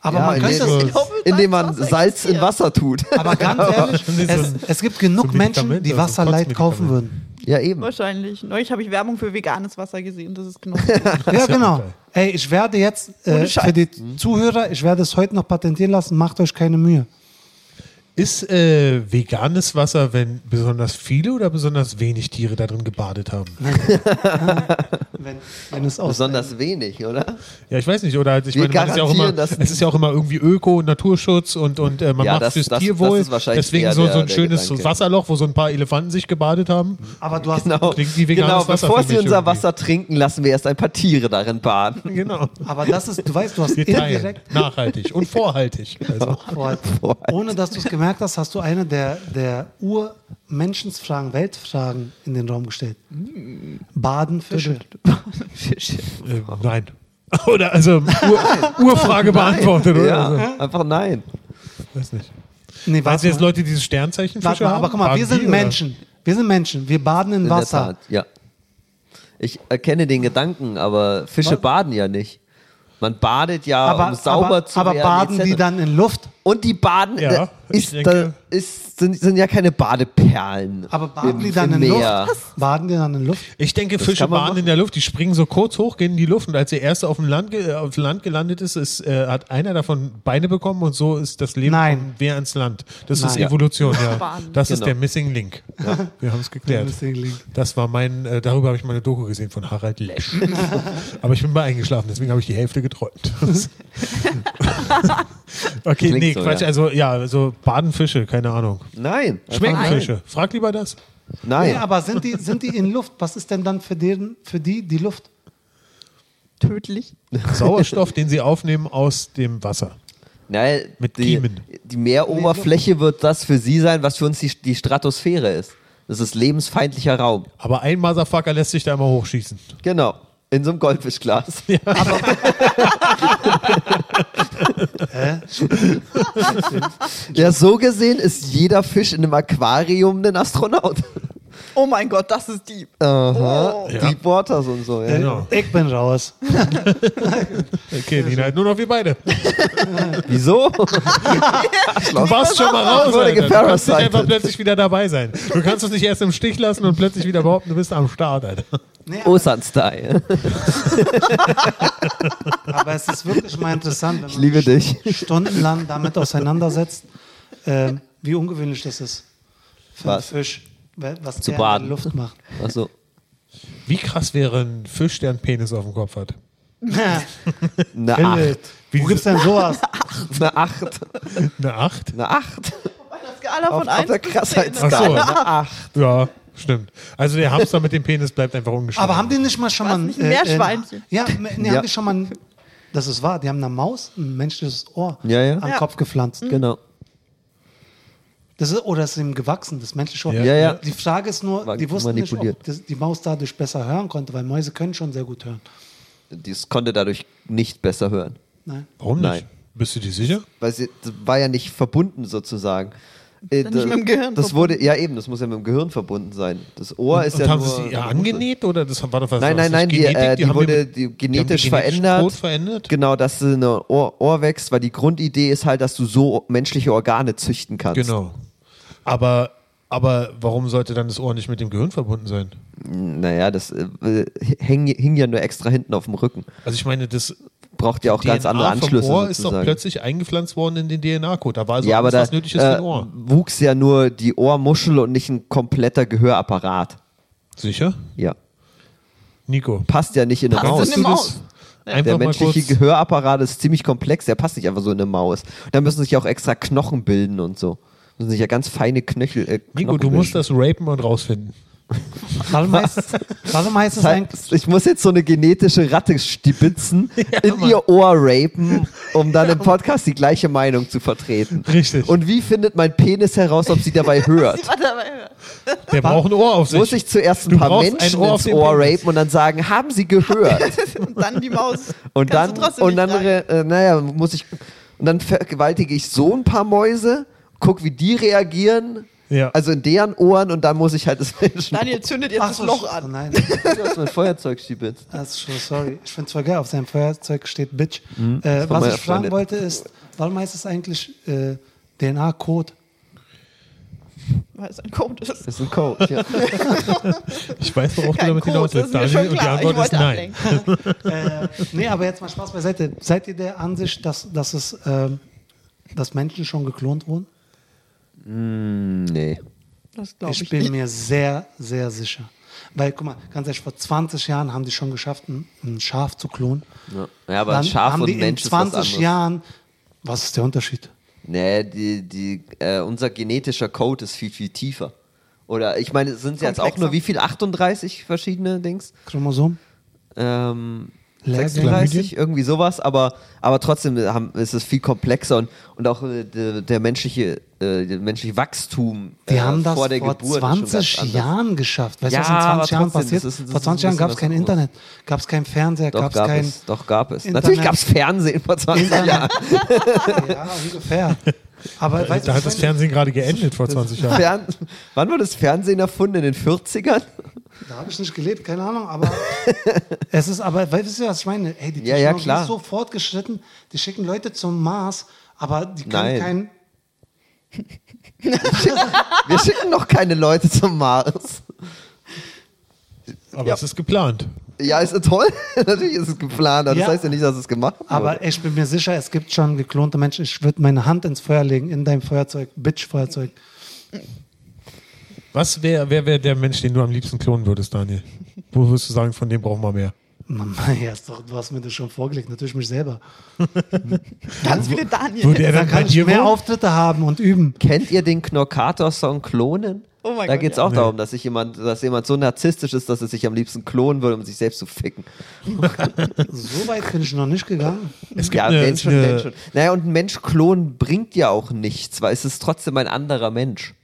Speaker 4: Aber
Speaker 3: Ja,
Speaker 4: man
Speaker 3: in
Speaker 4: könnte
Speaker 3: dem-
Speaker 4: es.
Speaker 1: glaube,
Speaker 3: Indem man
Speaker 1: Salzwasser
Speaker 3: Salz in
Speaker 1: existiert.
Speaker 3: Wasser tut.
Speaker 4: Aber ganz ehrlich,
Speaker 2: Wie so
Speaker 4: es,
Speaker 2: ein-
Speaker 4: es gibt
Speaker 2: so
Speaker 4: genug
Speaker 2: ein
Speaker 4: Menschen,
Speaker 2: Medikament,
Speaker 4: die
Speaker 2: also
Speaker 4: Wasser light kaufen würden.
Speaker 3: ja, eben.
Speaker 1: Wahrscheinlich. Neulich habe ich Werbung für veganes Wasser gesehen. Das ist genau.
Speaker 4: Ja, genau.
Speaker 2: geil. Mhm.
Speaker 4: Ey, ich werde jetzt äh,
Speaker 1: Ohne Scheiß.
Speaker 4: für die Zuhörer, ich werde es heute noch patentieren lassen. Macht euch keine Mühe.
Speaker 2: Ist äh, veganes Wasser, wenn besonders viele oder besonders wenig Tiere da drin gebadet haben?
Speaker 4: Wenn, wenn es aus
Speaker 3: Besonders wenig, oder?
Speaker 2: Ja, ich weiß nicht, oder halt, ich
Speaker 3: Wir
Speaker 2: meine, man ist ja auch immer,
Speaker 3: garantieren, dass-
Speaker 2: es ist ja auch immer irgendwie Öko und Naturschutz und, und äh, man
Speaker 3: Ja,
Speaker 2: macht
Speaker 3: das-
Speaker 2: fürs
Speaker 3: das-
Speaker 2: Tierwohl.
Speaker 3: das ist wahrscheinlich
Speaker 2: Deswegen
Speaker 3: eher
Speaker 2: so,
Speaker 3: der-
Speaker 2: so ein
Speaker 3: der
Speaker 2: schönes
Speaker 3: Gedanke.
Speaker 2: Wasserloch, wo so ein paar Elefanten sich gebadet haben.
Speaker 4: Aber du hast,
Speaker 3: Genau,
Speaker 2: Klingt wie veganes
Speaker 3: genau
Speaker 2: Wasser
Speaker 3: bevor
Speaker 2: für
Speaker 3: sie
Speaker 2: mich
Speaker 3: unser
Speaker 2: irgendwie.
Speaker 3: Wasser trinken, lassen wir erst ein paar Tiere darin baden.
Speaker 2: Genau.
Speaker 4: aber das ist, du weißt, du hast
Speaker 2: Wir teilen.
Speaker 4: indirekt,
Speaker 2: Nachhaltig und vorhaltig.
Speaker 3: Genau.
Speaker 2: Also.
Speaker 4: Vorhalt. ohne dass du es gemerkt hast, hast du eine der, der Ur-Menschensfragen, Weltfragen in den Raum gestellt.
Speaker 2: Mm.
Speaker 4: Baden Fische.
Speaker 1: Fische.
Speaker 2: Äh, nein. Oder also Ur Urfrage beantwortet, oder? Also,
Speaker 3: Ja, einfach nein.
Speaker 2: weiß nicht.
Speaker 4: Nee,
Speaker 2: Weißt
Speaker 4: warte
Speaker 2: du jetzt
Speaker 4: mal.
Speaker 2: Leute, die dieses Sternzeichen
Speaker 4: Warte mal, aber guck mal, wir sind Menschen. Wir sind Menschen. Wir baden in,
Speaker 3: In Der
Speaker 4: Wasser.
Speaker 3: Tat, ja. Ich erkenne den Gedanken, aber Fische baden ja nicht. Man badet ja,
Speaker 4: Aber,
Speaker 3: um sauber
Speaker 4: aber,
Speaker 3: zu
Speaker 4: aber
Speaker 3: werden.
Speaker 4: baden
Speaker 3: etc.
Speaker 4: die dann in Luft?
Speaker 3: Und die baden
Speaker 2: Ja,
Speaker 3: äh,
Speaker 2: ich
Speaker 3: ist,
Speaker 2: denke-
Speaker 3: da, ist, sind, sind ja keine Badeperlen.
Speaker 4: Aber baden
Speaker 3: im,
Speaker 4: die dann
Speaker 3: im
Speaker 4: in
Speaker 3: Meer.
Speaker 4: Luft? Baden die dann in Luft?
Speaker 2: Ich denke, Fische
Speaker 3: kann man
Speaker 2: baden
Speaker 3: machen.
Speaker 2: in der Luft. Die springen so kurz hoch, gehen in die Luft und als der erste auf dem Land, ge äh, auf dem Land gelandet ist, ist äh, hat einer davon Beine bekommen und so ist das Leben
Speaker 4: Nein.
Speaker 2: von wer ans Land. Das ist
Speaker 4: Nein. Ja.
Speaker 2: Evolution, ja.
Speaker 1: Baden.
Speaker 2: Das ist
Speaker 3: Genau.
Speaker 2: der Missing Link. Wir haben es geklärt.
Speaker 4: Missing Link.
Speaker 2: Das war mein, äh, darüber habe ich meine Doku gesehen von Harald Lesch. Aber ich bin bei eingeschlafen, deswegen habe ich die Hälfte geträumt. okay,
Speaker 3: Klingt
Speaker 2: nee,
Speaker 3: so,
Speaker 2: Quatsch.
Speaker 3: ja.
Speaker 2: Also ja, also baden Fische, keine Ahnung.
Speaker 3: Nein. einfach
Speaker 2: Schmecken
Speaker 3: nein.
Speaker 2: Fische. Frag lieber das.
Speaker 3: Nein.
Speaker 4: Nee, aber sind die, sind die in Luft? Was ist denn dann für, deren, für die die Luft?
Speaker 1: Tödlich.
Speaker 2: Sauerstoff, den sie aufnehmen aus dem Wasser.
Speaker 3: Nein,
Speaker 2: Mit
Speaker 3: die,
Speaker 2: Kiemen.
Speaker 3: die Meeroberfläche wird das für sie sein, was für uns die, die Stratosphäre ist. Das ist lebensfeindlicher Raum.
Speaker 2: Aber ein Motherfucker lässt sich da immer hochschießen.
Speaker 3: Genau. In so einem Goldfischglas. ja, so gesehen ist jeder Fisch in einem Aquarium ein Astronaut.
Speaker 1: Oh mein Gott, das ist deep.
Speaker 3: Aha.
Speaker 1: Oh.
Speaker 2: Ja.
Speaker 3: Deep Waters und so. Ja.
Speaker 2: Genau.
Speaker 4: Ich bin raus.
Speaker 2: Okay, Nina, halt nur noch wir beide.
Speaker 3: Wieso?
Speaker 2: Du warst schon mal raus. Alter.
Speaker 3: Ich wurde
Speaker 2: Du kannst nicht
Speaker 3: geparasited.
Speaker 2: einfach plötzlich wieder dabei sein. Du kannst uns nicht erst im Stich lassen und plötzlich wieder behaupten, du bist am Start, Alter.
Speaker 3: Oh, Ostern-Style.
Speaker 4: Aber es ist wirklich mal interessant, wenn man
Speaker 3: Ich liebe dich.
Speaker 4: stundenlang damit auseinandersetzt, ähm, wie ungewöhnlich das ist. Für
Speaker 3: Was?
Speaker 4: einen Fisch, we- was
Speaker 3: Zu
Speaker 4: der
Speaker 3: baden.
Speaker 4: in der Luft macht.
Speaker 1: Also,
Speaker 3: Achso.
Speaker 2: Wie krass wäre ein Fisch, der einen Penis auf dem Kopf hat?
Speaker 3: Eine
Speaker 2: Pelle.
Speaker 3: Acht.
Speaker 2: Wie
Speaker 4: Wo gibt's denn sowas?
Speaker 3: Eine Acht.
Speaker 2: Eine Acht?
Speaker 3: Eine Acht.
Speaker 1: Bei einer Skala
Speaker 3: Auf,
Speaker 1: von
Speaker 3: auf
Speaker 1: 1
Speaker 3: der
Speaker 1: bis 10.
Speaker 2: Ach so.
Speaker 3: Krassheitsskala. Eine Acht.
Speaker 2: Ja, stimmt. Also der Hamster mit dem Penis bleibt einfach ungeschlagen.
Speaker 4: Aber haben die nicht mal schon
Speaker 1: Was,
Speaker 4: mal. äh,
Speaker 1: nicht ein Meerschweinchen?
Speaker 4: ja, me- nee,
Speaker 3: Ja.
Speaker 4: haben die schon mal. ein- Das ist wahr, die haben einer Maus ein menschliches Ohr
Speaker 3: Ja, ja.
Speaker 4: am
Speaker 1: Ja. Mhm.
Speaker 4: Kopf gepflanzt.
Speaker 3: Genau.
Speaker 4: Das ist, oder ist ihm gewachsen, das menschliche Ohr.
Speaker 2: Ja.
Speaker 3: Ja, ja.
Speaker 4: Die Frage ist nur,
Speaker 3: War
Speaker 4: die wussten nicht, ob
Speaker 3: manipuliert.
Speaker 4: das, die Maus dadurch besser hören konnte, weil Mäuse können schon sehr gut hören.
Speaker 3: Das konnte dadurch nicht besser hören.
Speaker 4: Nein.
Speaker 2: Warum nicht?
Speaker 3: Nein.
Speaker 2: Bist du dir sicher?
Speaker 3: Weil sie das war ja nicht verbunden sozusagen. Äh,
Speaker 1: Dann nicht
Speaker 3: da-
Speaker 1: mit dem Gehirn
Speaker 3: das wurde, ja eben, das muss ja mit dem Gehirn verbunden sein. Das Ohr ist
Speaker 2: und
Speaker 3: ja
Speaker 2: haben
Speaker 3: nur,
Speaker 2: sie es ihr angenäht oder das war doch was?
Speaker 3: Nein,
Speaker 2: was
Speaker 3: nein, nein, die,
Speaker 2: Genetik?
Speaker 3: äh, die,
Speaker 2: haben
Speaker 3: wurde
Speaker 2: ihr-
Speaker 3: die
Speaker 2: die haben ihr
Speaker 3: genetisch
Speaker 2: genetisch Code
Speaker 3: verändert.
Speaker 2: verändert?
Speaker 3: Genau, dass sie ein Ohr, Ohr wächst, weil die Grundidee ist halt, dass du so menschliche Organe züchten kannst.
Speaker 2: Genau. Aber, aber warum sollte dann das Ohr nicht mit dem Gehirn verbunden sein?
Speaker 3: Naja, das äh, häng, hing ja nur extra hinten auf dem Rücken.
Speaker 2: Also ich meine, das
Speaker 3: Braucht ja auch ganz
Speaker 2: DNA
Speaker 3: andere Anschlüsse.
Speaker 2: vom Ohr ist doch
Speaker 3: sozusagen.
Speaker 2: plötzlich eingepflanzt worden in den DNA-Code. Da war also
Speaker 3: ja, aber
Speaker 2: alles,
Speaker 3: da
Speaker 2: was nötig ist für
Speaker 3: äh,
Speaker 2: ein Ohr.
Speaker 3: wuchs ja nur die Ohrmuschel und nicht ein kompletter Gehörapparat.
Speaker 2: Sicher?
Speaker 3: Ja.
Speaker 2: Nico,
Speaker 3: Passt ja nicht in eine
Speaker 1: Passt
Speaker 3: Maus.
Speaker 1: in eine Maus.
Speaker 2: einfach
Speaker 3: Der
Speaker 2: mal
Speaker 3: menschliche
Speaker 2: kurz...
Speaker 3: Gehörapparat ist ziemlich komplex, der passt nicht einfach so in eine Maus. Da müssen sich ja auch extra Knochen bilden und so. Müssen sich ja ganz feine Knöchel. Äh,
Speaker 2: Nico,
Speaker 3: Knochen
Speaker 2: du musst
Speaker 3: bilden.
Speaker 2: das rapen und rausfinden.
Speaker 4: Warum heißt, warum heißt es eigentlich.
Speaker 3: Ich muss jetzt so eine genetische Ratte stibitzen, in ihr Ohr rapen, um dann im Podcast die gleiche Meinung zu vertreten.
Speaker 2: Richtig.
Speaker 3: Und wie findet mein Penis heraus, ob sie dabei hört?
Speaker 1: Warte, aber-
Speaker 2: Der braucht ein Ohr auf sich.
Speaker 3: Muss ich zuerst ein
Speaker 2: Du
Speaker 3: paar
Speaker 2: brauchst ein
Speaker 3: Menschen
Speaker 2: Ohr auf
Speaker 3: ins
Speaker 2: den
Speaker 3: Ohr
Speaker 2: Penis.
Speaker 3: rapen und dann sagen, haben sie gehört?
Speaker 1: Und dann die Maus.
Speaker 3: Und
Speaker 1: Kannst
Speaker 3: dann,
Speaker 1: du trotzdem
Speaker 3: und
Speaker 1: nicht
Speaker 3: dann,
Speaker 1: sagen.
Speaker 3: re- äh, naja, muss ich, und dann vergewaltige ich so ein paar Mäuse, guck, wie die reagieren,
Speaker 2: Ja.
Speaker 3: also in deren Ohren, und dann muss ich halt das Menschen
Speaker 1: Daniel zündet jetzt das
Speaker 4: so,
Speaker 1: Loch
Speaker 4: sch-
Speaker 1: an.
Speaker 4: Nein,
Speaker 3: Du hast mein Feuerzeug schiebst.
Speaker 4: das ist schon, sorry. Ich finde es voll geil. Auf seinem Feuerzeug steht Bitch.
Speaker 3: von
Speaker 4: Äh, was
Speaker 3: meiner
Speaker 4: ich fragen
Speaker 3: Freundin.
Speaker 4: wollte ist, warum heißt es eigentlich äh, DNA-Code?
Speaker 1: Weil es ein Code ist.
Speaker 3: Das ist ein Code, ja.
Speaker 2: Ich weiß, worauf du
Speaker 1: Kein
Speaker 2: damit
Speaker 1: Code,
Speaker 2: hinaus
Speaker 1: das
Speaker 2: willst,
Speaker 1: ist mir schon
Speaker 2: Daniel. Und die
Speaker 1: klar. Ich
Speaker 2: Antwort ist
Speaker 1: wollte
Speaker 2: nein.
Speaker 1: ablenken.
Speaker 4: äh, nee, aber jetzt mal Spaß beiseite. Seid ihr der Ansicht, dass, dass, es, ähm, dass Menschen schon geklont wurden?
Speaker 3: Nee.
Speaker 1: Das glaube
Speaker 4: ich
Speaker 1: ich.
Speaker 4: bin mir sehr, sehr sicher. Weil, guck mal, ganz ehrlich, vor 20 Jahren haben die schon geschafft, ein, ein Schaf zu klonen.
Speaker 3: Ja, aber
Speaker 4: Dann
Speaker 3: ein Schaf
Speaker 4: haben
Speaker 3: und
Speaker 4: die
Speaker 3: ein
Speaker 4: in
Speaker 3: Mensch ist was
Speaker 4: 20
Speaker 3: anderes.
Speaker 4: Jahren, was ist der Unterschied?
Speaker 3: Nee, die, die, äh, unser genetischer Code ist viel, viel tiefer. Oder ich meine, es sind jetzt auch nur wie viel? 38 verschiedene Dings?
Speaker 4: Chromosom?
Speaker 3: Ähm,
Speaker 4: Leer-
Speaker 3: 36, irgendwie sowas, aber, aber trotzdem haben, ist es viel komplexer und, und auch äh, der, der, menschliche, äh, der menschliche Wachstum
Speaker 4: Die
Speaker 3: äh,
Speaker 4: haben das vor,
Speaker 3: vor der Geburt ist schon ganz
Speaker 4: 20
Speaker 3: anders.
Speaker 4: Jahren geschafft. Weißt du,
Speaker 3: Ja,
Speaker 4: was in
Speaker 3: aber
Speaker 4: 20 Jahren
Speaker 3: trotzdem,
Speaker 4: passiert?
Speaker 3: das ist- das
Speaker 4: vor
Speaker 3: ist ein
Speaker 4: 20 Jahren gab es
Speaker 3: bisschen
Speaker 4: kein
Speaker 3: was anderes.
Speaker 4: Internet, gab es keinen Fernseher,
Speaker 3: Doch
Speaker 4: gab es
Speaker 3: gab
Speaker 4: kein.
Speaker 3: es, doch gab es.
Speaker 4: Internet.
Speaker 3: Natürlich gab es Fernsehen vor 20 Jahren.
Speaker 4: Ja, ungefähr. Aber weißt
Speaker 2: Da
Speaker 4: du,
Speaker 2: hat das Fernsehen gerade geendet vor 20 Jahren.
Speaker 3: Fern Wann wurde das Fernsehen erfunden? In den 40ern?
Speaker 4: Da habe ich nicht gelebt, keine Ahnung, aber es ist aber, weißt du, was ich meine? Hey, die
Speaker 3: Ja, ja,
Speaker 4: Technologie
Speaker 3: klar.
Speaker 4: ist so fortgeschritten, die schicken Leute zum Mars, aber die können
Speaker 3: Nein.
Speaker 4: kein.
Speaker 3: Wir schicken noch keine Leute zum Mars.
Speaker 2: Aber es ist geplant.
Speaker 3: Ja, ist toll. Natürlich ist es geplant, aber
Speaker 4: Ja.
Speaker 3: das heißt ja nicht, dass es gemacht wurde.
Speaker 2: äh,
Speaker 4: Aber ich bin mir sicher, es gibt schon geklonte Menschen. Ich würde meine Hand ins Feuer legen, in deinem Feuerzeug, Bitch-Feuerzeug.
Speaker 2: Was wäre wer wär der Mensch, den du am liebsten klonen würdest, Daniel? Wo würdest du sagen, von dem brauchen wir mehr?
Speaker 4: Mann, ja, ist doch, du hast mir das schon vorgelegt, natürlich mich selber.
Speaker 1: Ganz viele Daniel.
Speaker 2: Würde er
Speaker 4: Dann
Speaker 2: dann bei
Speaker 4: kann ich
Speaker 2: dir
Speaker 4: mehr
Speaker 2: wohnen?
Speaker 4: Auftritte haben und üben.
Speaker 3: Kennt ihr den Knorkator-Song Klonen?
Speaker 1: Oh mein
Speaker 3: da
Speaker 1: Gott,
Speaker 3: geht es
Speaker 1: ja.
Speaker 3: auch darum, dass, sich jemand, dass jemand so narzisstisch ist, dass er sich am liebsten klonen würde, um sich selbst zu ficken.
Speaker 4: So weit bin ich noch nicht gegangen.
Speaker 2: Es
Speaker 3: ja,
Speaker 2: eine-
Speaker 3: wenn schon,
Speaker 2: eine-
Speaker 3: wenn schon. Naja, und ein Mensch klonen bringt ja auch nichts, weil es ist trotzdem ein anderer Mensch.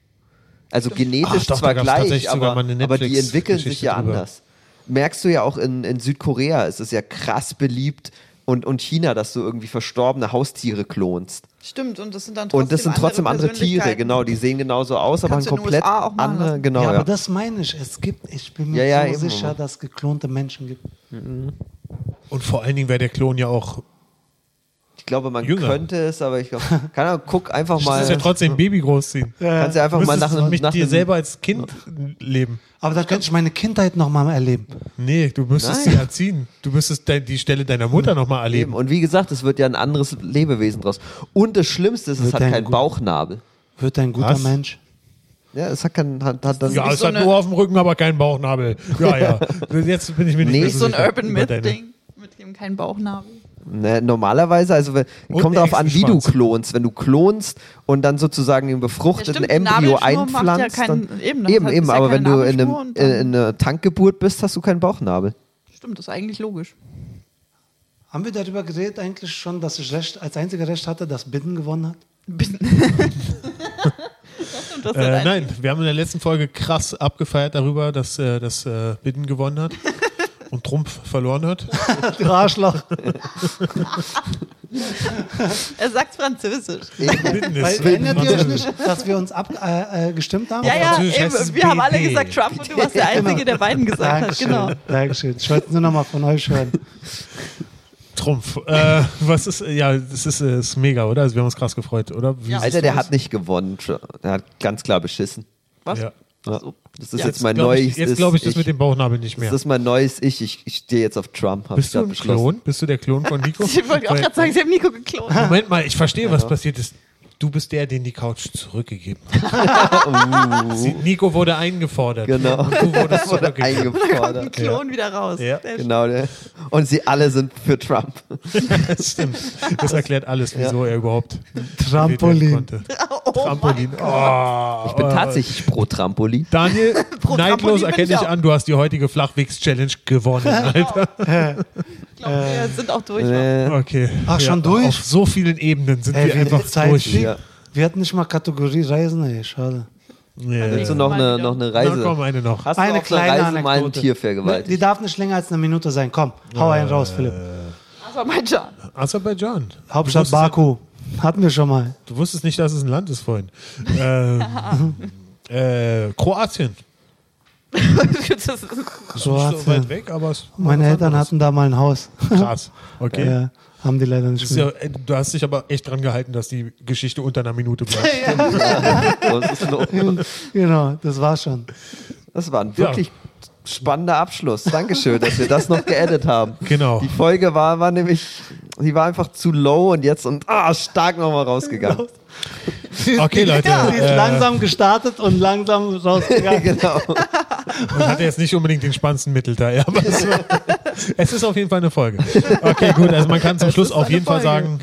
Speaker 3: Also genetisch
Speaker 2: Ach, doch,
Speaker 3: zwar
Speaker 2: da gab's
Speaker 3: gleich,
Speaker 2: tatsächlich sogar
Speaker 3: aber,
Speaker 2: mal eine
Speaker 3: aber die
Speaker 2: Netflix-
Speaker 3: entwickeln sich
Speaker 2: Geschichte
Speaker 3: ja
Speaker 2: drüber.
Speaker 3: anders. Merkst du ja auch in, in Südkorea, es ist ja krass beliebt und, und China, dass du irgendwie verstorbene Haustiere klonst.
Speaker 1: Stimmt, und das sind dann trotzdem
Speaker 3: Und das sind trotzdem andere Tiere,
Speaker 1: Persönlichkeiten.
Speaker 3: genau. Die sehen genauso aus, aber ein
Speaker 1: Kannst du in den
Speaker 3: komplett
Speaker 1: USA auch machen
Speaker 3: andere,
Speaker 1: lassen.
Speaker 3: genau.
Speaker 4: ja,
Speaker 3: Ja,
Speaker 4: aber das meine ich. Es gibt, ich bin mir
Speaker 3: Ja, ja,
Speaker 4: so
Speaker 3: eben.
Speaker 4: sicher, dass es geklonte Menschen gibt.
Speaker 2: Und vor allen Dingen wäre der Klon ja auch.
Speaker 3: Ich glaube, man
Speaker 2: Jünger.
Speaker 3: könnte es, aber ich glaube, keine Ahnung, guck einfach
Speaker 2: Du
Speaker 3: mal.
Speaker 2: musst ja trotzdem Baby großziehen.
Speaker 3: kannst ja einfach mal nach,
Speaker 2: Müsstest
Speaker 3: einem-
Speaker 2: mit
Speaker 3: nach
Speaker 2: dir
Speaker 3: einem-
Speaker 2: selber als Kind leben.
Speaker 4: Aber dann könnte ich meine Kindheit nochmal erleben.
Speaker 2: Nee, du müsstest
Speaker 3: Nein.
Speaker 2: sie erziehen. Du müsstest de die Stelle deiner Mutter nochmal
Speaker 3: Eben.
Speaker 2: erleben.
Speaker 3: Und wie gesagt, es wird ja ein anderes Lebewesen draus. Und das Schlimmste ist, es
Speaker 4: Wird
Speaker 3: hat
Speaker 4: dein
Speaker 3: keinen
Speaker 4: Gu-
Speaker 3: Bauchnabel.
Speaker 4: Wird ein guter
Speaker 2: Was?
Speaker 4: Mensch.
Speaker 3: Ja, es hat keinen, hat, hat dann.
Speaker 2: Ja,
Speaker 1: Also nicht
Speaker 2: es
Speaker 1: so
Speaker 2: hat
Speaker 1: eine-
Speaker 2: nur auf dem Rücken, aber keinen Bauchnabel. Ja, ja. Jetzt bin ich mir nicht
Speaker 3: Nee.
Speaker 2: mehr
Speaker 1: Nicht so ein
Speaker 2: sicher
Speaker 1: Urban
Speaker 2: über deine- Äh,
Speaker 1: Myth-Ding, mit dem kein Bauchnabel.
Speaker 3: Ne, normalerweise, also wenn-
Speaker 2: Und
Speaker 3: kommt
Speaker 2: der
Speaker 3: darauf an, wie du
Speaker 2: Echsenschwanz.
Speaker 3: klonst. Wenn du klonst und dann sozusagen den befruchteten
Speaker 1: Ja, stimmt,
Speaker 3: Embryo
Speaker 1: Nabelschnur macht ja
Speaker 3: einpflanzt.
Speaker 1: keinen-
Speaker 3: dann,
Speaker 1: eben,
Speaker 3: eben,
Speaker 1: das
Speaker 3: eben,
Speaker 1: hat- ist ja
Speaker 3: aber
Speaker 1: keine
Speaker 3: wenn du in, einem,
Speaker 1: Nabelschnur und dann-
Speaker 3: in einer Tankgeburt bist, hast du keinen Bauchnabel.
Speaker 1: Stimmt, das ist eigentlich logisch.
Speaker 4: Haben wir darüber geredet eigentlich schon, dass ich recht, als einziger Recht hatte, dass Bitten gewonnen hat?
Speaker 1: Ein bisschen. das stimmt, das
Speaker 2: Äh,
Speaker 1: hat
Speaker 2: nein, wir haben in der letzten Folge krass abgefeiert darüber, dass, äh, dass äh, Biden gewonnen hat und Trump verloren hat.
Speaker 4: Du Arschloch.
Speaker 1: ein- Er sagt Französisch.
Speaker 2: Biden
Speaker 4: Weil,
Speaker 2: ist
Speaker 4: erinnert ihr euch
Speaker 2: Französisch.
Speaker 4: nicht, dass wir uns abgestimmt äh, äh, gestimmt haben?
Speaker 1: Ja, ja,
Speaker 2: Französisch heißt es
Speaker 1: eben, wir haben alle
Speaker 2: BP.
Speaker 1: gesagt Trump und du warst der
Speaker 3: genau.
Speaker 1: Einzige, der beiden gesagt hat.
Speaker 4: Dankeschön,
Speaker 1: Genau.
Speaker 4: Dankeschön. Ich wollte es nur nochmal von euch hören.
Speaker 2: Trumpf. Äh, was ist, ja, das ist, äh, ist mega, oder? Also wir haben uns krass gefreut, oder? Wie
Speaker 1: Ja.
Speaker 2: siehst
Speaker 3: Alter,
Speaker 2: du
Speaker 3: der
Speaker 2: das?
Speaker 3: hat nicht gewonnen. Der hat ganz klar beschissen.
Speaker 1: Was?
Speaker 2: Ja.
Speaker 3: Ja.
Speaker 1: So.
Speaker 3: Das ist
Speaker 1: Ja,
Speaker 3: jetzt mein
Speaker 2: Glaub
Speaker 3: neues.
Speaker 2: ich, jetzt glaube ich das mit dem Bauchnabel nicht mehr.
Speaker 3: Das ist mein neues Ich. Ich, ich stehe jetzt auf Trump. Hab ich
Speaker 2: Bist du
Speaker 3: grad
Speaker 2: ein
Speaker 3: beschlossen.
Speaker 2: Klon? Bist du der Klon von Nico?
Speaker 1: Ich wollte auch
Speaker 2: Weil-
Speaker 1: gerade sagen, sie haben Nico geklont.
Speaker 2: Moment mal, ich verstehe, was passiert ist. Du bist der, den die Couch zurückgegeben hat. Sie- Nico wurde eingefordert.
Speaker 3: Genau.
Speaker 2: Und du wurdest
Speaker 3: Wurde
Speaker 2: zurückgegeben.
Speaker 1: Ein
Speaker 3: eingefordert.
Speaker 1: Klon wieder raus.
Speaker 2: Ja.
Speaker 1: Der-
Speaker 3: Genau, der. Und sie alle sind für Trump.
Speaker 2: Oh. Das stimmt. Das erklärt alles, wieso er überhaupt gewählt werden
Speaker 4: Trampolin.
Speaker 2: konnte. Trampolin. Oh,
Speaker 3: Ich bin tatsächlich pro Trampolin.
Speaker 2: Daniel,
Speaker 1: Pro Trampolin
Speaker 2: neidlos
Speaker 1: bin
Speaker 2: erkenne
Speaker 1: ich
Speaker 2: ich
Speaker 1: auch.
Speaker 2: an, du hast die heutige Flachwegs-Challenge gewonnen, Alter.
Speaker 1: Ich glaube, wir sind auch durch.
Speaker 3: Äh,
Speaker 2: Okay.
Speaker 4: Ach, schon durch?
Speaker 2: Auf so vielen Ebenen sind wir
Speaker 4: Ey,
Speaker 2: einfach durch.
Speaker 4: fliegt.
Speaker 3: Ja.
Speaker 4: Wir hatten nicht mal Kategorie Reisen, ey, schade.
Speaker 2: Yeah.
Speaker 3: willst du noch
Speaker 1: Mal
Speaker 3: eine,
Speaker 1: wieder.
Speaker 3: noch eine
Speaker 2: Na
Speaker 3: Reise?
Speaker 2: komm, eine noch.
Speaker 3: Hast
Speaker 4: eine
Speaker 3: du auf einer
Speaker 4: kleine
Speaker 3: Reise
Speaker 4: Anekdote.
Speaker 3: mal ein Tier vergewaltigt?
Speaker 4: Die darf nicht länger als eine Minute sein. Komm, hau einen raus, Philipp.
Speaker 1: Aserbaidschan.
Speaker 2: Aserbaidschan.
Speaker 4: Hauptstadt
Speaker 2: Du wusstest-
Speaker 4: Baku. Hatten wir schon mal.
Speaker 2: Du wusstest nicht, dass es ein Land ist, Freund. Ähm, äh, Kroatien.
Speaker 1: das ist
Speaker 2: Also Nicht so weit
Speaker 4: Kroatien.
Speaker 2: weg, aber es
Speaker 4: Meine Eltern hatten da mal ein Haus.
Speaker 2: krass. Okay.
Speaker 4: Ja, haben die leider nicht
Speaker 2: Ist ja,
Speaker 4: mehr.
Speaker 2: äh, du hast dich aber echt dran gehalten, dass die Geschichte unter einer Minute bleibt.
Speaker 3: Was ist denn-
Speaker 4: Genau, das war schon.
Speaker 3: Das war ein wirklich spannender Abschluss. Dankeschön, dass wir das noch geedit haben.
Speaker 2: Genau.
Speaker 3: Die Folge war, war nämlich, die war einfach zu low und jetzt und ah, stark nochmal rausgegangen.
Speaker 2: Okay, Leute.
Speaker 4: Ja, die ist
Speaker 2: äh,
Speaker 4: langsam gestartet und langsam rausgegangen.
Speaker 3: genau.
Speaker 2: Man hatte jetzt nicht unbedingt den spannendsten Mittelteil, aber es, war, es ist auf jeden Fall eine Folge. Okay, gut, also man kann zum Schluss auf jeden Fall sagen,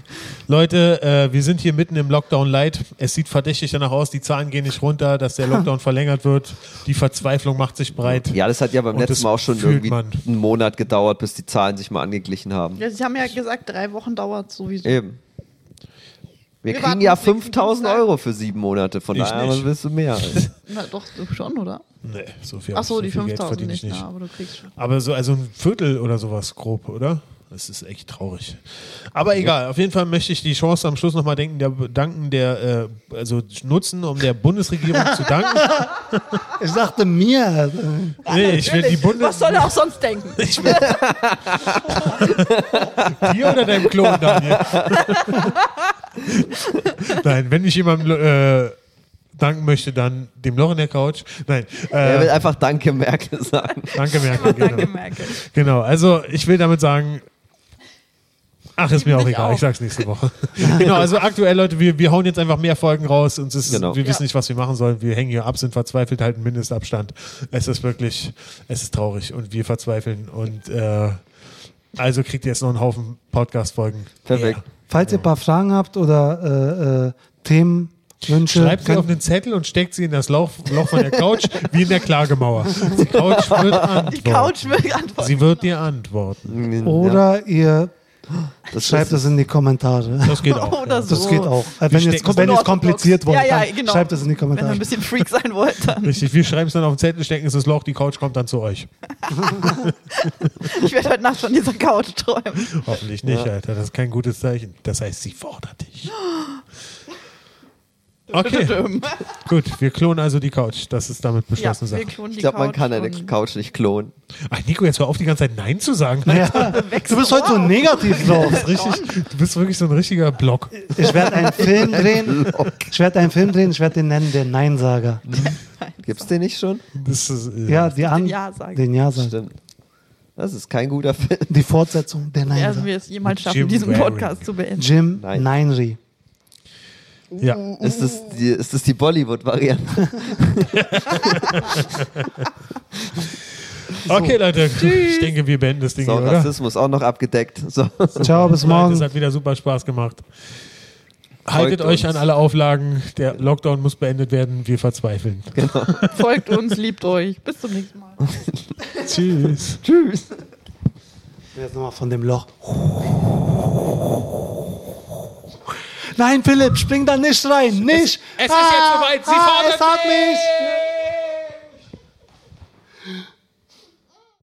Speaker 2: Leute, äh, wir sind hier mitten im Lockdown Light. Es sieht verdächtig danach aus, die Zahlen gehen nicht runter, dass der Lockdown verlängert wird. Die Verzweiflung macht sich breit.
Speaker 3: Ja, das hat ja beim
Speaker 2: Und das
Speaker 3: letzten Mal auch schon
Speaker 2: fühlt
Speaker 3: irgendwie
Speaker 2: man.
Speaker 3: einen Monat gedauert, bis die Zahlen sich mal angeglichen haben.
Speaker 1: Ja, Sie haben ja gesagt, drei Wochen dauert sowieso.
Speaker 3: Eben. Wir,
Speaker 1: Wir
Speaker 3: kriegen
Speaker 1: warten
Speaker 3: ja
Speaker 1: bis nächsten
Speaker 3: 5000
Speaker 1: Dienstag.
Speaker 3: Euro für sieben Monate, von
Speaker 2: Ich
Speaker 3: daher
Speaker 2: nicht.
Speaker 3: willst du mehr.
Speaker 1: Na doch, du schon, oder?
Speaker 2: Nee, so viel,
Speaker 1: Ach so, die
Speaker 2: viel Geld
Speaker 1: 5000
Speaker 2: verdiene
Speaker 1: nicht,
Speaker 2: ich nicht.
Speaker 1: Na, aber du kriegst schon.
Speaker 2: Aber so, also ein Viertel oder sowas grob, oder? Das ist echt traurig. Aber egal, auf jeden Fall möchte ich die Chance am Schluss nochmal denken, der danken der, äh, also nutzen, um der Bundesregierung zu danken.
Speaker 4: Ich sagte mir, äh,
Speaker 2: Nee, ich will die Bundes
Speaker 1: Was soll er auch sonst denken?
Speaker 2: Dir oder deinem Klon, Daniel? Nein, wenn ich jemandem äh, danken möchte, dann dem Loch in der Couch. Nein,
Speaker 3: Er will
Speaker 2: äh,
Speaker 3: einfach Danke Merkel sagen.
Speaker 2: danke, Merkel.
Speaker 1: Danke,
Speaker 2: Genau.
Speaker 1: Merkel.
Speaker 2: genau, also ich will damit sagen, ach, ist mir auch
Speaker 1: Mich
Speaker 2: egal, ich
Speaker 1: auch.
Speaker 2: sag's nächste Woche. genau, also aktuell, Leute, wir, wir hauen jetzt einfach mehr Folgen raus. Uns ist,
Speaker 3: Genau.
Speaker 2: Wir
Speaker 1: Ja.
Speaker 2: wissen nicht, was wir machen sollen. Wir hängen hier ab, sind verzweifelt, halten Mindestabstand. Es ist wirklich, es ist traurig und wir verzweifeln. Und äh, also kriegt ihr jetzt noch einen Haufen Podcast-Folgen.
Speaker 3: Perfekt.
Speaker 4: falls ihr ein paar Fragen habt oder äh, äh, Themen, Wünsche,
Speaker 2: Schreibt sie
Speaker 4: könnt-
Speaker 2: auf einen Zettel und steckt sie in das Loch, Loch von der Couch, wie in der Klagemauer. Die Couch wird antworten.
Speaker 1: Die Couch will antworten.
Speaker 2: Sie wird dir antworten.
Speaker 4: oder ihr
Speaker 3: das
Speaker 4: schreibt
Speaker 3: ist,
Speaker 4: es in die Kommentare.
Speaker 2: Das geht auch.
Speaker 1: Oder so.
Speaker 4: Das geht auch. Äh, Wenn
Speaker 2: stecken es
Speaker 4: jetzt wenn
Speaker 1: in
Speaker 4: es
Speaker 1: Ordnung.
Speaker 4: kompliziert wurde,
Speaker 1: Ja, ja, genau.
Speaker 4: schreibt es in die
Speaker 1: Wenn ihr
Speaker 4: Kommentare.
Speaker 1: ein bisschen Freak sein wollt, dann.
Speaker 2: Richtig, wir schreiben es dann auf den Zettel, stecken es ins Loch, die Couch kommt dann zu euch.
Speaker 1: Ich werde heute Nacht von dieser Couch träumen.
Speaker 2: Hoffentlich nicht, Alter. Das ist kein gutes Zeichen. Das heißt, sie fordert dich. Okay,
Speaker 4: ähm,
Speaker 2: gut. Wir klonen also die Couch. Das ist damit
Speaker 1: Ja,
Speaker 2: beschlossene
Speaker 1: wir
Speaker 2: Sache.
Speaker 1: klonen die
Speaker 3: ich glaube, man
Speaker 1: Couch
Speaker 3: kann eine
Speaker 1: und-
Speaker 3: Couch nicht klonen.
Speaker 2: Ach, Nico, jetzt hör auf, die ganze Zeit Nein zu sagen. Oh,
Speaker 4: Ja. Du bist heute so negativ drauf.
Speaker 2: Das ist richtig, du bist wirklich so ein richtiger Block.
Speaker 4: Ich werde einen Film drehen. Ich werde einen Film drehen. Ich werde den nennen der Neinsager.
Speaker 3: Gibt's den nicht schon?
Speaker 2: Das ist, äh,
Speaker 4: Ja, die an
Speaker 1: Ja-Sager.
Speaker 4: den Ja-Sager.
Speaker 3: Stimmt. Das ist kein guter Film.
Speaker 4: Die Fortsetzung der
Speaker 1: Werden
Speaker 4: Neinsager.
Speaker 1: wir es jemals schaffen,
Speaker 2: Jim
Speaker 1: diesen
Speaker 2: Waring.
Speaker 1: Podcast zu beenden.
Speaker 4: Jim
Speaker 3: Nein.
Speaker 4: Neinri.
Speaker 2: ja.
Speaker 3: Ist das die, ist das die Bollywood-Variante?
Speaker 2: Okay, Leute. Ich denke, wir beenden das Ding,
Speaker 3: So,
Speaker 2: hier, oder?
Speaker 3: Rassismus auch noch abgedeckt. So.
Speaker 4: Ciao, bis
Speaker 2: Leute, Es
Speaker 4: morgen.
Speaker 2: hat wieder super Spaß gemacht. Haltet
Speaker 3: Folgt
Speaker 2: euch
Speaker 3: uns.
Speaker 2: an alle Auflagen. Der Lockdown muss beendet werden. Wir verzweifeln.
Speaker 4: Genau.
Speaker 1: Folgt uns, liebt euch. Bis zum nächsten Mal.
Speaker 2: Tschüss.
Speaker 3: Tschüss.
Speaker 4: Jetzt nochmal von dem Loch. Nein, Philipp, spring da nicht rein. Nicht.
Speaker 2: Es ist jetzt soweit. Sie
Speaker 4: ah,
Speaker 2: fordert
Speaker 4: es hat mich.